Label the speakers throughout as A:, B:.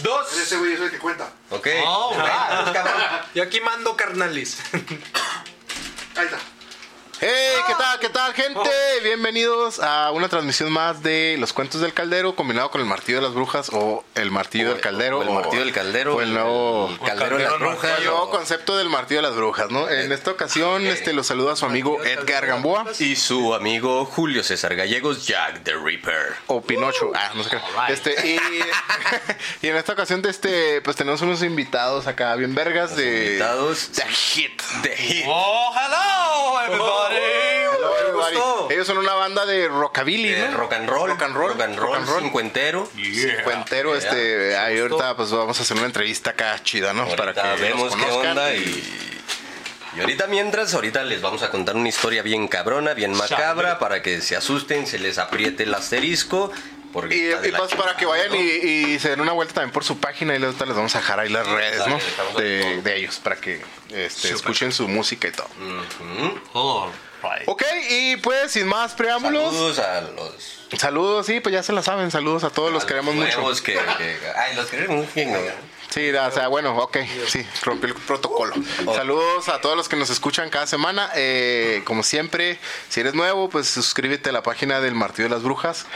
A: Dos.
B: Ese güey es el que cuenta.
A: Ok.
C: Oh,
A: Bueno,
C: va.
A: pues, cabrón.
C: Yo aquí mando carnalis.
B: Ahí está.
D: ¡Hey! ¿Qué tal? ¿Qué tal, gente? Bienvenidos a una transmisión más de Los Cuentos del Caldero combinado con el Martillo de las Brujas o el Martillo del Caldero.
A: o el martillo del caldero.
D: o el nuevo,
A: el caldero de las
C: Caldero
A: brujas.
D: el nuevo
A: o- Eh,
D: concepto del Martillo de las Brujas, ¿no? En esta ocasión este, lo saluda a su amigo Edgar Gamboa
A: Y su amigo Julio César Gallegos, Jack the Reaper.
D: o Pinocho. Ah, no sé qué. Este, y, y en esta ocasión de este, pues tenemos unos invitados acá bien vergas de...
A: Invitados.
D: de Eh, hit.
A: The Hit.
C: Oh, hello, everybody.
D: Oh, Hello,
C: Me
D: everybody.
C: gustó.
D: Ellos son una banda de rockabilly,
A: Eh,
D: ¿no?
A: rock and roll,
D: Rock and roll.
A: rock and roll,
D: rock and roll.
A: cincuentero. Ah,
D: Cuentero,
A: Yeah.
D: este, ahí
A: Justo.
D: ahorita pues vamos a hacer una entrevista acá chida, ¿no?
A: Ahorita
D: Para que
A: vemos
D: nos
A: qué
D: conozcan
A: onda y... y ahorita mientras, ahorita les vamos a contar una historia bien cabrona, bien macabra, para que se asusten, se les apriete el asterisco. Porque
D: Y,
A: está de
D: y
A: la
D: pues para
A: chingada,
D: que vayan
A: ¿no?
D: y, y se den una vuelta también por su página y ahorita les vamos a dejar ahí las redes,
A: Dale,
D: ¿no?
A: dejamos
D: De,
A: todo. Mm.
D: de ellos, para que este,
C: Súper.
D: escuchen su música y todo.
A: Ujú.
C: All right.
D: Ok, y pues sin más preámbulos, saludos,
A: Saludos a los,
D: sí, pues ya se la saben, saludos a todos, los
A: a
D: queremos
A: los
D: mucho.
A: nuevos Que, que- ay, los queremos mucho.
D: Sí, o sea, bueno, ok, sí, rompió el protocolo. Saludos a todos los que nos escuchan cada semana. Eh, como siempre, si eres nuevo, pues suscríbete a la página del Martillo de las Brujas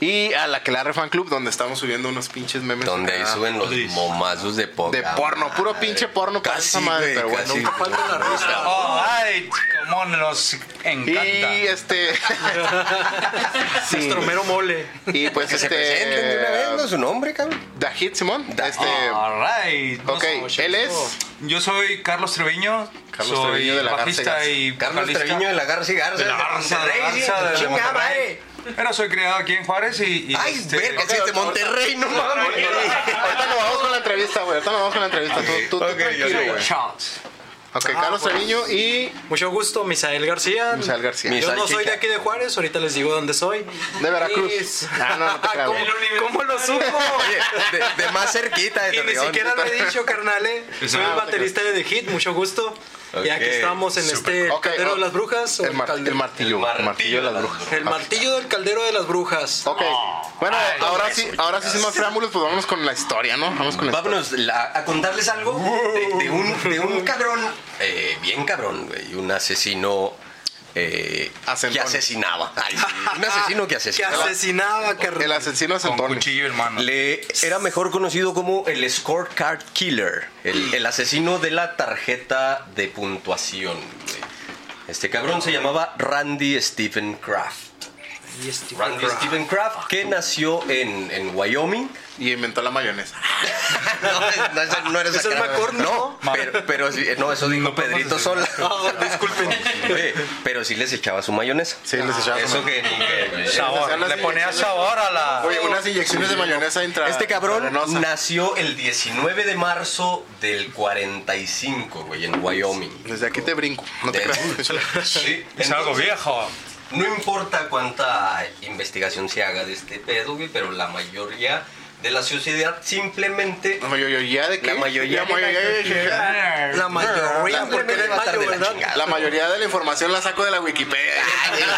D: y a la que la Fan Club, donde estamos subiendo unos pinches memes.
A: Donde ahí
D: acá
A: suben los momazos de poca
D: De porno,
A: madre.
D: puro pinche porno para
A: Casi,
D: esa madre,
A: güey,
D: pero bueno,
A: casi.
D: nunca
E: Oh, ay, cómo nos
D: Y
E: encanta.
D: este. Sí.
C: Nuestro mero mole.
D: Y pues
A: Que se presenten de ¿eh? una vez, ¿no?
D: este.
A: Su nombre, cabrón.
D: Dajit Simón.
A: Da- Ah.
D: Este.
E: All right. No
D: Ok,
E: sé,
D: él es.
E: Yo soy Carlos Treviño.
D: Carlos
E: soy
D: Treviño de la Garza y
E: bajista
D: Garza.
E: y
A: Carlos
E: vocalista.
A: Treviño de la Garza y Garza.
E: de la Garza, de la
A: Monterrey, sí,
E: Garza, de
A: chingada
E: Monterrey.
A: madre.
E: Pero soy criado aquí en Juárez y. y,
A: Ay,
E: este,
A: verga, sí, es de Monterrey, no mames.
D: Ahorita nos vamos con la entrevista, güey. Ahorita nos vamos con la entrevista. Tú, tú, tú
A: Ok,
D: tranquilo,
A: ok.
D: güey.
E: Charles.
D: Ok,
C: Ah,
D: Carlos
C: bueno.
D: Treviño y
C: Mucho gusto, Misael García.
D: Misael García.
A: Mis-
C: Yo no soy
A: Salchicha.
C: de aquí de Juárez, ahorita les digo dónde soy.
D: De Veracruz.
C: Es-
D: Ah, no, no te creas,
C: ¿Cómo,
D: güey.
C: cómo lo supo?
A: Oye, de, de más cerquita de
C: Y ni
A: Torreón.
C: siquiera lo he dicho, carnal. eh. Soy el
D: Ah, no te
C: baterista de The Hit, mucho gusto. Y aquí
A: Ok,
C: estamos en este
D: Ok,
C: Caldero
D: oh,
C: de las Brujas. o
D: El, mar-
C: calde-
D: el martillo.
A: El
D: El martillo de las brujas. Ah,
C: El martillo del Caldero de las Brujas.
D: Ok. Bueno, ahora
A: eso,
D: sí, ahora sí sin más preámbulos, pues vámonos con la historia, ¿no? Vamos con la historia.
A: Vámonos la- a contarles algo de, de un, de un cabrón, eh, bien cabrón, güey, un asesino eh, que
D: Asentón.
A: asesinaba. Ay, sí, un asesino que
C: Que
A: asesinaba.
C: asesinaba,
D: El
C: carnal.
D: asesino es
E: Con
D: Antonio.
E: cuchillo, hermano.
A: Le era mejor conocido como el scorecard killer, el, el asesino de la tarjeta de puntuación. güey. Este cabrón se llamaba Randy Stephen Kraft.
C: Y este Steve
A: Randy
C: Craft.
A: Stephen Kraft, que nació en, en Wyoming.
D: Y inventó la mayonesa.
A: No, no, esa no era esa
C: Ese es
A: cara.
C: McCormick,
A: No,
E: ¿no?
A: pero, pero sí, eh, no, eso dijo Pedrito Sola.
C: Ah, disculpen.
A: Eh, pero sí les echaba su mayonesa. Ah,
D: Sí, les echaba su
A: Eso que ni que-
E: Sabor.
D: Esas-
E: Le ponía sabor a la.
D: Oye, unas inyecciones de mayonesa intra.
A: Este cabrón
D: intravenosa.
A: nació el 19 de marzo del 45, güey, en Wyoming.
D: Desde aquí te brinco. No te
A: De-
D: creas.
A: Sí,
E: Es algo
A: entonces,
E: viejo.
A: No importa cuánta investigación se haga de este pedo, güey, pero la mayoría de la sociedad simplemente...
D: La mayoría de qué?
A: La mayoría
D: La mayoría
A: de la
D: de-
C: La mayoría,
A: La-
C: porque eres
A: va a estar
C: mayo,
A: de la
C: ¿verdad?
A: chingada.
D: La mayoría de la información la saco de la Wikipedia.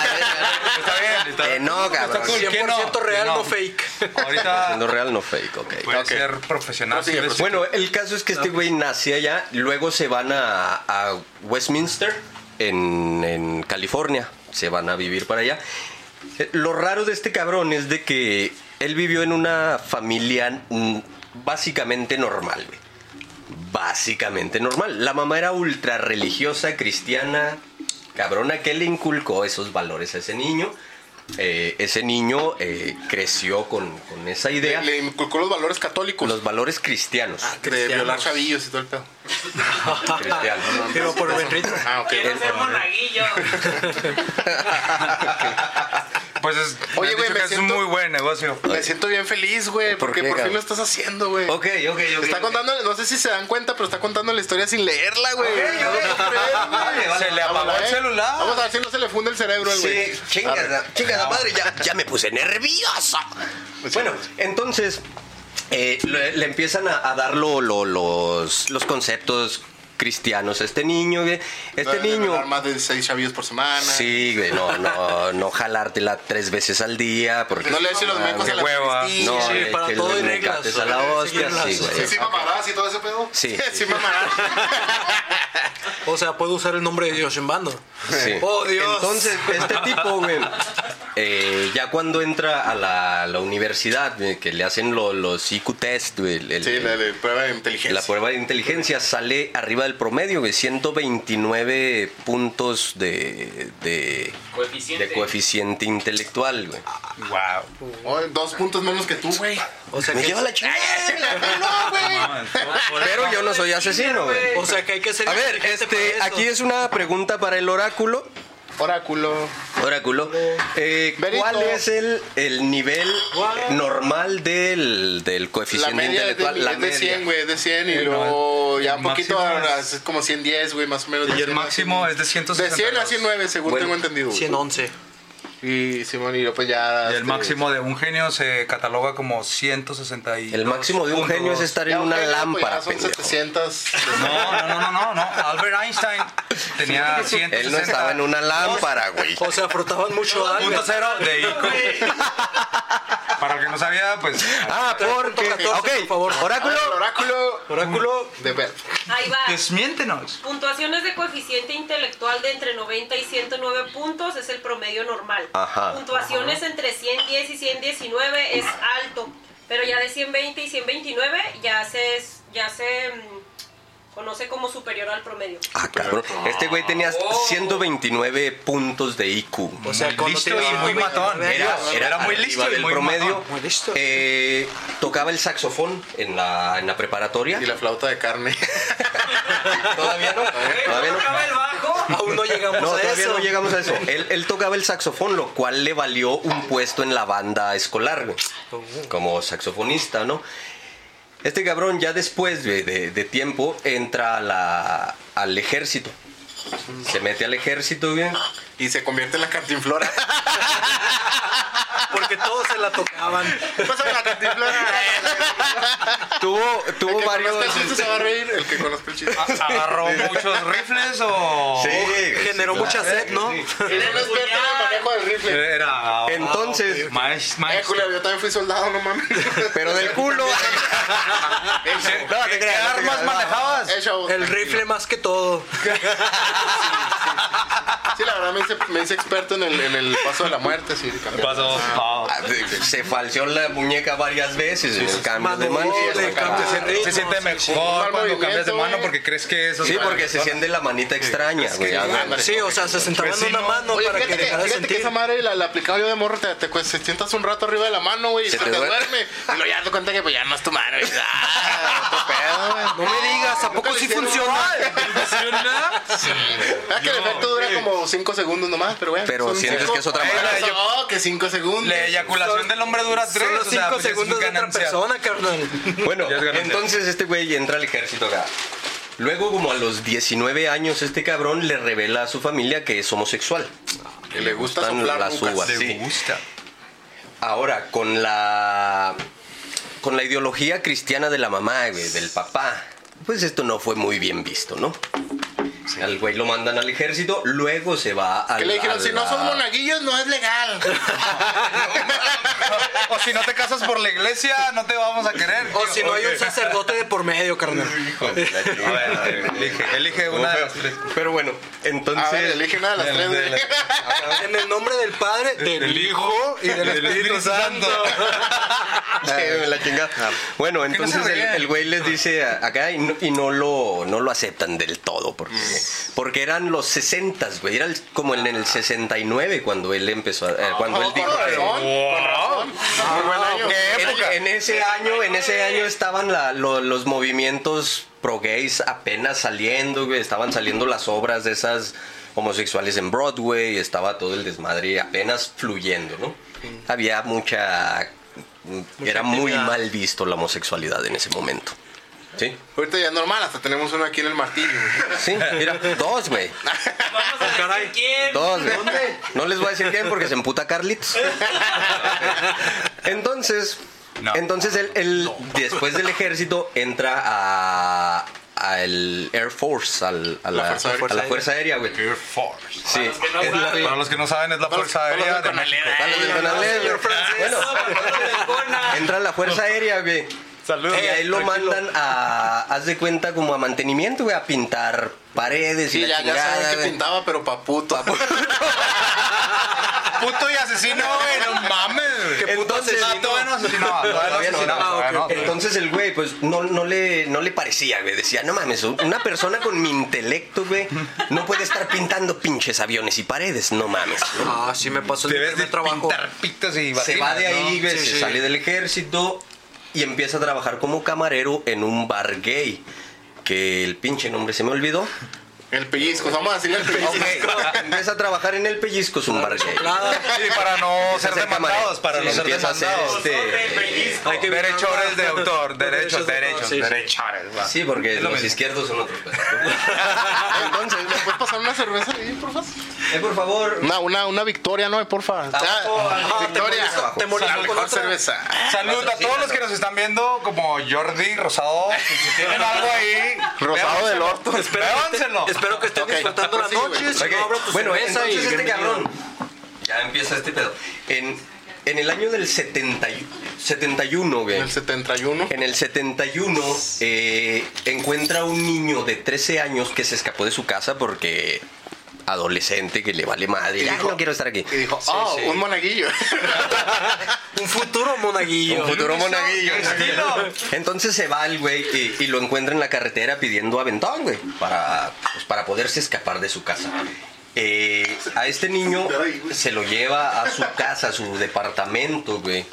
E: Está bien, está
A: Que Eh, no, cabrón.
E: ¿Por qué
C: 100% real,
E: No.
C: no fake.
E: Ahorita
A: Siendo real, no fake, ok.
E: puede
D: Ok.
E: ser profesional.
D: Prosigue,
E: sí,
A: Bueno, el caso es que este güey nace allá, luego se van a, a Westminster, en, en California, se van a vivir para allá. Eh, Lo raro de este cabrón es de que él vivió en una familia mm, básicamente normal, güey. Básicamente normal. La mamá era ultra religiosa, cristiana, cabrona, que le inculcó esos valores a ese niño. Eh, ese niño eh, creció con, con esa idea.
D: Le, le inculcó los valores católicos.
A: Los valores cristianos.
D: de violar
C: cristianos.
D: chavillos y todo el pedo.
A: cristianos.
C: Pero por buen ritmo.
D: Ah, ok.
F: Quiero ser monaguillo.
E: Pues es,
D: Oye, güey,
E: me han dicho
D: me
E: que es un
D: siento-
E: muy buen negocio.
D: Me siento bien feliz, güey,
A: ¿Por
D: porque
A: qué,
D: por fin
A: cabrón?
D: lo estás haciendo, güey.
A: Ok, ok, ok.
D: Está contando, no sé si se dan cuenta, pero está contando la historia sin leerla, güey. No lo puedo creer, güey.
E: Se le apagó
D: Vámonos,
E: el
D: eh.
E: celular.
D: Vamos a ver si no se le funde el cerebro al güey.
A: Sí, chingada, chingada madre, ya, ya me puse nervioso. Bueno, entonces eh, le, le empiezan a, a dar lo- lo- los, los conceptos cristianos. Este niño, güey, este
D: Deben de
A: niño.
D: ganar más de seis chavillos por semana.
A: Sí, güey, no, no, no jalártela tres veces al día. Porque
D: No le eches los mecos
A: güey.
D: a la
E: hueva.
D: Cristina.
A: No,
C: Sí,
A: eh,
C: para
A: que
C: todo
A: los
C: hay reglas,
A: mecates a
C: hay
A: la
C: que
A: hostia,
C: seguirlas.
A: sí, güey.
B: Sí, sí, mamarás y todo ese pedo.
A: Sí,
D: Sí, mamarás.
C: O sea, puedo usar el nombre de Dios en bando.
A: Sí.
C: Oh, Dios.
A: Entonces, este tipo, güey, eh, ya cuando entra a la, la universidad, güey, que le hacen lo- los IQ test, güey, el- el-
D: Sí, la de prueba de
A: la
D: inteligencia.
A: prueba de inteligencia sale arriba del promedio, güey, 129 puntos de, de,
F: Coeficiente.
A: de coeficiente intelectual, güey.
E: Wow.
D: Oye, dos puntos menos que tú, güey.
C: O sea,
A: Me
C: que,
A: lleva la chingada,
D: No, güey.
A: Pero yo no soy asesino, güey.
C: o sea, que hay que ser.
A: A ver,
C: inteligente
A: este,
C: para eso.
A: aquí es una pregunta para el oráculo.
D: Oráculo.
A: Oráculo, eh, ¿cuál
D: Benito.
A: es el, el nivel
C: What?
A: normal del, del
D: La
A: coeficiente
D: media es de,
A: intelectual?
D: es de 100, güey, es de 100 y
E: Sí,
D: luego
E: no,
D: ya
E: el
D: un poquito
E: máximo
D: ahora
E: es-
D: es como 110, güey, más o menos.
E: Y
D: de
E: el
D: 100 a
E: máximo
D: 100.
E: es de
D: De 100 a
E: 162.
D: 109, según
A: Bueno.
D: tengo entendido.
C: 111.
D: Y Simón y yo, pues ya.
E: Y el
D: este,
E: máximo de un genio se cataloga como 160 y
A: El máximo de un genio es este. estar
D: ya,
A: en una
D: ok, ya, pues,
A: lámpara,
D: ya Son
A: pendejo.
D: 700.
E: No, no, no, no, no, no. Albert Einstein tenía 160.
A: Él no estaba en una lámpara, güey.
C: O sea, frotaban mucho algo.
E: Punto cero de IQ. Para el que no sabía, pues.
A: Ah, porque...
C: 3.14,
A: Ok,
C: por favor.
D: A ver,
A: oráculo.
D: el oráculo
C: Oráculo.
D: de ver.
G: Ahí va.
E: Desmiéntenos.
G: Puntuaciones de coeficiente intelectual de entre 90 y 109 puntos es el promedio normal.
A: Ajá.
G: Puntuaciones entre 110 y 119 es alto, pero ya de 120 y 129 ya se es- ya se mm, conoce como superior al promedio.
A: Ah, cabrón. Este güey tenía
D: Oh.
A: 129 puntos de IQ.
C: O
D: Pues,
C: sea,
E: Muy
C: cuando
E: listo
C: te-
E: y muy matón.
A: Era, era
E: Era muy
A: arriba
E: listo y
A: del
E: muy
A: promedio.
E: matón.
C: Muy listo.
A: Eh, tocaba el saxofón en la, en la preparatoria.
D: Y la flauta de carne.
A: Todavía no. Todavía no.
F: el bajo?
C: Aún no llegamos
A: No,
C: a
A: todavía
C: eso.
A: no llegamos a eso. Él, él tocaba el saxofón, lo cual le valió un puesto en la banda escolar, güey, como saxofonista, ¿no? Este cabrón ya después de, de- de tiempo entra a la- al ejército. Se mete al ejército, güey.
D: y se convierte en la cantinflora.
C: Porque todos se la tocaban.
D: Pásame la cantinflora.
A: Tuvo,
D: El
A: Eh, tuvo
D: que
A: varios... Ah,
D: conozca el chiste se va a reír. El que conozca el chiste.
E: Agarró muchos rifles o.
A: Sí,
C: Generó
A: sí, claro.
C: mucha sed, ¿no?
D: Él no es experto en el manejo del
A: Eh,
D: rifle.
E: Era.
A: Entonces,
E: Maes-
D: Eh,
E: maestro.
D: culero, yo también fui soldado, no mames.
A: pero del culo...
D: Eso.
A: No, te
E: ¿Qué
A: creas, no te
E: armas
A: creas.
E: manejabas?
D: Eso,
C: El
D: tranquilo.
C: rifle más que todo.
D: Sí, la verdad me hice, me hice experto en el, en el paso de la muerte, sí, cambié.
E: Pasó. Ah.
A: Ah, se- Se falseó la muñeca varias veces en el cambio de mano.
C: Manudoble, cambios de
E: Se
C: ritmo,
E: siente
C: sí, sí.
E: mejor cuando
D: movimiento,
E: cambias de mano
D: eh.
E: porque crees que eso
A: Sí, porque se siente la manita extraña, güey. Ah, a ver.
D: ándale.
C: Sí, o sea, se sentaban en
E: Vecino.
C: una mano
D: Oye,
C: para que
D: fíjate, que,
C: dejara de
D: fíjate que
C: sentir.
D: esa madre la, la aplicaba yo de morro, te, te, pues, te sientas un rato arriba de la mano, güey, y
A: Se
D: se
A: te
D: te,
A: duerme.
D: duerme. Y luego ya te cuenta que pues, ya no es tu mano, güey. Ah, otro pedo, güey.
C: No me digas, ¿a poco
D: le
C: sí
D: hicieron
C: funciona?
E: ¿Funciona?
D: Ah, que el efecto dura como 5 segundos nomás, pero bueno.
A: Pero
D: son
A: sientes
D: cinco-
A: que es otra
D: Ay,
E: madre.
D: la- No, que 5 segundos.
E: La eyaculación del hombre dura tres.
C: Son los
E: o sea,
C: 5
E: pues, es
C: segundos de otra
E: ganancia.
C: persona, carnal.
A: Bueno,
E: Ya es ganancia.
A: entonces este güey entra al ejército acá. Luego, como a los 19 años, este cabrón le revela a su familia que es homosexual.
D: Que le gusta
A: Están
D: soplar
A: las
D: nucas.
A: uvas.
E: Le
A: Sí.
E: gusta.
A: Ahora, con la. Con la ideología cristiana de la mamá, güey, del papá. Pues esto no fue muy bien visto, ¿no? Al güey lo mandan al ejército, luego se va a
D: Que le
A: la-
D: dijeron, si no
A: la-
D: son monaguillos, no es legal.
E: O si no te casas por la iglesia, no te vamos a querer.
C: O si no hay un
E: Ok.
C: sacerdote de por medio, carnal.
E: A ver, a ver, elige, elige una de las tres.
A: Pero bueno, entonces.
D: A ver, elige una de las
E: de-
D: tres,
E: de
D: güey.
C: En el nombre del Padre, del,
E: del
C: Hijo
E: Hijo
C: y del Espíritu Santo.
A: Sí, me la chinga. Bueno,
E: no se
A: entonces el-
E: ríen?
A: el güey les dice a- acá y no, y no lo, no lo aceptan del todo, porque, porque eran los 60, güey. Era el- como en el 69 cuando él empezó, a, eh, cuando él
D: Con
A: dijo...
E: Ah,
D: razón, con razón. Muy buen
A: Ah,
D: año.
A: En, en ese año, en ese año estaban la- lo- los movimientos pro gays apenas saliendo, güey, estaban saliendo las obras de esas homosexuales en Broadway, estaba todo el desmadre apenas fluyendo, ¿no? Había mucha, era muy
C: actividad.
A: mal visto la homosexualidad en ese momento. ¿Sí?
D: Ahorita ya es normal, hasta tenemos uno aquí en el martillo. güey.
A: Sí, mira, dos, güey.
C: Ah,
F: Vamos a decir
C: caray.
F: quién.
A: Dos, güey. No les voy a decir quién porque se emputa Carlitos. Entonces,
E: No.
A: entonces él, él después del ejército entra a, al Air Force, al- a, la,
D: Fuerza Aérea.
A: a la Fuerza Aérea, güey.
E: Air Force.
D: Ah,
A: Sí.
E: Es la- para los que no saben, es la Fuerza Aérea de México.
A: Ah, los del Conalep, güey. Bueno,
C: Ah,
A: entra la Fuerza Aérea, güey.
F: Saludos.
A: Y ahí lo mandan a, haz de cuenta, como a mantenimiento, güey, a pintar paredes y
D: Sí,
A: la
D: ya, ya
A: chingada,
D: saben que
A: güey.
D: pintaba, pero pa' puto.
E: Puto y asesino, güey. No mames, güey.
A: Entonces,
E: Ah, todavía no asesinaba. Todavía no
A: Todavía no.
E: asesinaba. todavía no, todavía no.
A: Entonces el güey, pues no, no, le, no le parecía, güey. Decía, no mames, una persona con mi intelecto, güey, no puede estar pintando pinches aviones y paredes, no mames.
F: Ah, sí me pasó en mi
E: Debes de
F: primer trabajo.
E: pintar pitas y
A: Se va de ahí, güey,
F: Sí,
A: se
F: sí.
A: sale del ejército y empieza a trabajar como camarero en un bar gay. Que el pinche nombre se me olvidó.
D: El pellizco, vamos a decirle el pellizco.
A: empieza a trabajar en el pellizco, es un bar gay.
F: Claro.
E: Sí, para no ser demandados, para no ser
A: Empieza a hacer,
E: demandados.
A: este,
F: Hay que evitar-
E: Derechores de autor,
F: Derechos
E: derechos,
F: de
E: derechos,
F: autor, sí, sí.
E: derechores. va.
A: Sí, porque
E: Es lo
A: los
E: mismo.
A: izquierdos son otros. pues.
D: Entonces, ¿me puedes pasar una cerveza ahí, porfa?
A: Eh, por favor,
D: Una, una, una victoria, ¿no? Eh, Porfa.
A: Abajo, abajo,
D: Ah, victoria.
A: te molesta, te molesta
D: La mejor cerveza.
E: Salud a todos los que nos están viendo, como Jordi Rosado. Si tienen algo ahí,
D: Rosado del orto.
E: véanselo.
F: Espero que estén
D: Ok,
F: disfrutando la
D: prosigue, güey.
F: noche. Si
A: Ok,
F: no, abra tu
A: Bueno,
F: cerveza
A: entonces
F: y
A: este
F: bienvenido.
A: cabrón. Ya empieza este pedo. En, en el año del 70, y- 71, güey.
D: En el 71.
A: En el 71 eh, encuentra un niño de 13 años que se escapó de su casa porque adolescente que le vale madre. Ya no quiero estar aquí.
D: Y dijo, oh,
F: sí.
D: un monaguillo.
F: Un futuro monaguillo.
A: Un futuro monaguillo.
E: Yo estilo.
A: Entonces se va el güey y, y lo encuentra en la carretera pidiendo aventón, güey, para, pues, para poderse escapar de su casa. Eh, a este niño se lo lleva a su casa, a su departamento, güey.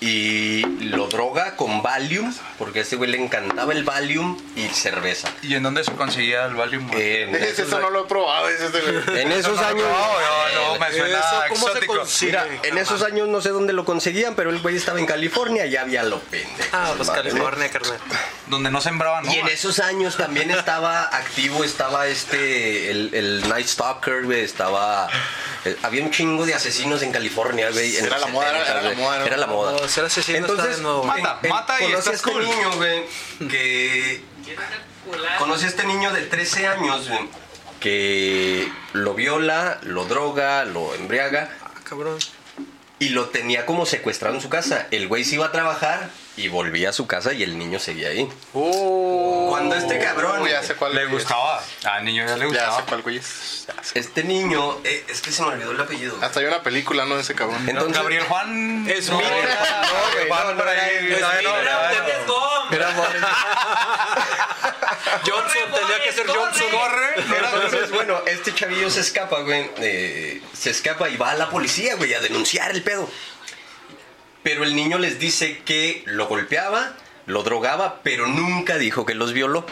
A: Y lo droga con Valium, porque a este güey le encantaba el Valium y cerveza.
E: ¿Y en dónde se conseguía el Valium? güey?
A: En
D: Dices,
A: esos,
D: Eso no lo he probado. dices, güey.
A: en esos años...
E: No, no, no, me suena
F: Eso, ¿cómo se
E: exótico.
F: consigue?
A: Mira, en esos años no sé dónde lo conseguían, pero el güey estaba en California y había lo pendejo.
F: Ah, pues
A: Madre.
F: California, carnal.
E: Donde no sembraban
A: Y en
E: uvas.
A: esos años también estaba activo, estaba este, el, el Night Stalker, güey, estaba... eh, había un chingo de asesinos en California, güey. en
D: Era
A: los
D: la moda, era-
A: 70,
D: era la
A: güey.
D: moda, ¿no?
A: Era la moda.
F: No, ser asesino está de nuevo.
E: Mata, mata y
A: conoce
E: estás
A: a este
E: cool.
A: niño, güey, que... Conoce a este niño de 13 años, güey, que lo viola, lo droga, lo embriaga
F: Ah, cabrón.
A: y lo tenía como secuestrado en su casa. El güey se iba a trabajar y volvía a su casa y el niño seguía ahí. Cuando este cabrón...
D: Uy, ya sé cuál
E: Le
D: es.
E: gustaba. Al niño ya le
D: Ya sé
E: gustaba.
D: cuál, güey. es.
A: Este niño, eh, es que se me olvidó el apellido.
D: Hasta hay una película, Ah, ¿no? De ese cabrón.
A: Entonces,
E: Gabriel Juan.
F: Es
E: no,
F: Mira.
E: era-
A: No, güey,
E: Juan
A: no, no
E: por
A: era
E: ahí,
A: él, es
E: todavía Eh, no,
A: Mira,
E: todavía no.
A: Era Boris.
F: Johnson, tenía que ser Johnson.
A: Entonces, bueno, este chavillo se escapa, güey. eh, se escapa y va a la policía, güey, a denunciar el pedo. Pero el niño les dice que lo golpeaba, lo drogaba, pero nunca dijo que los violó.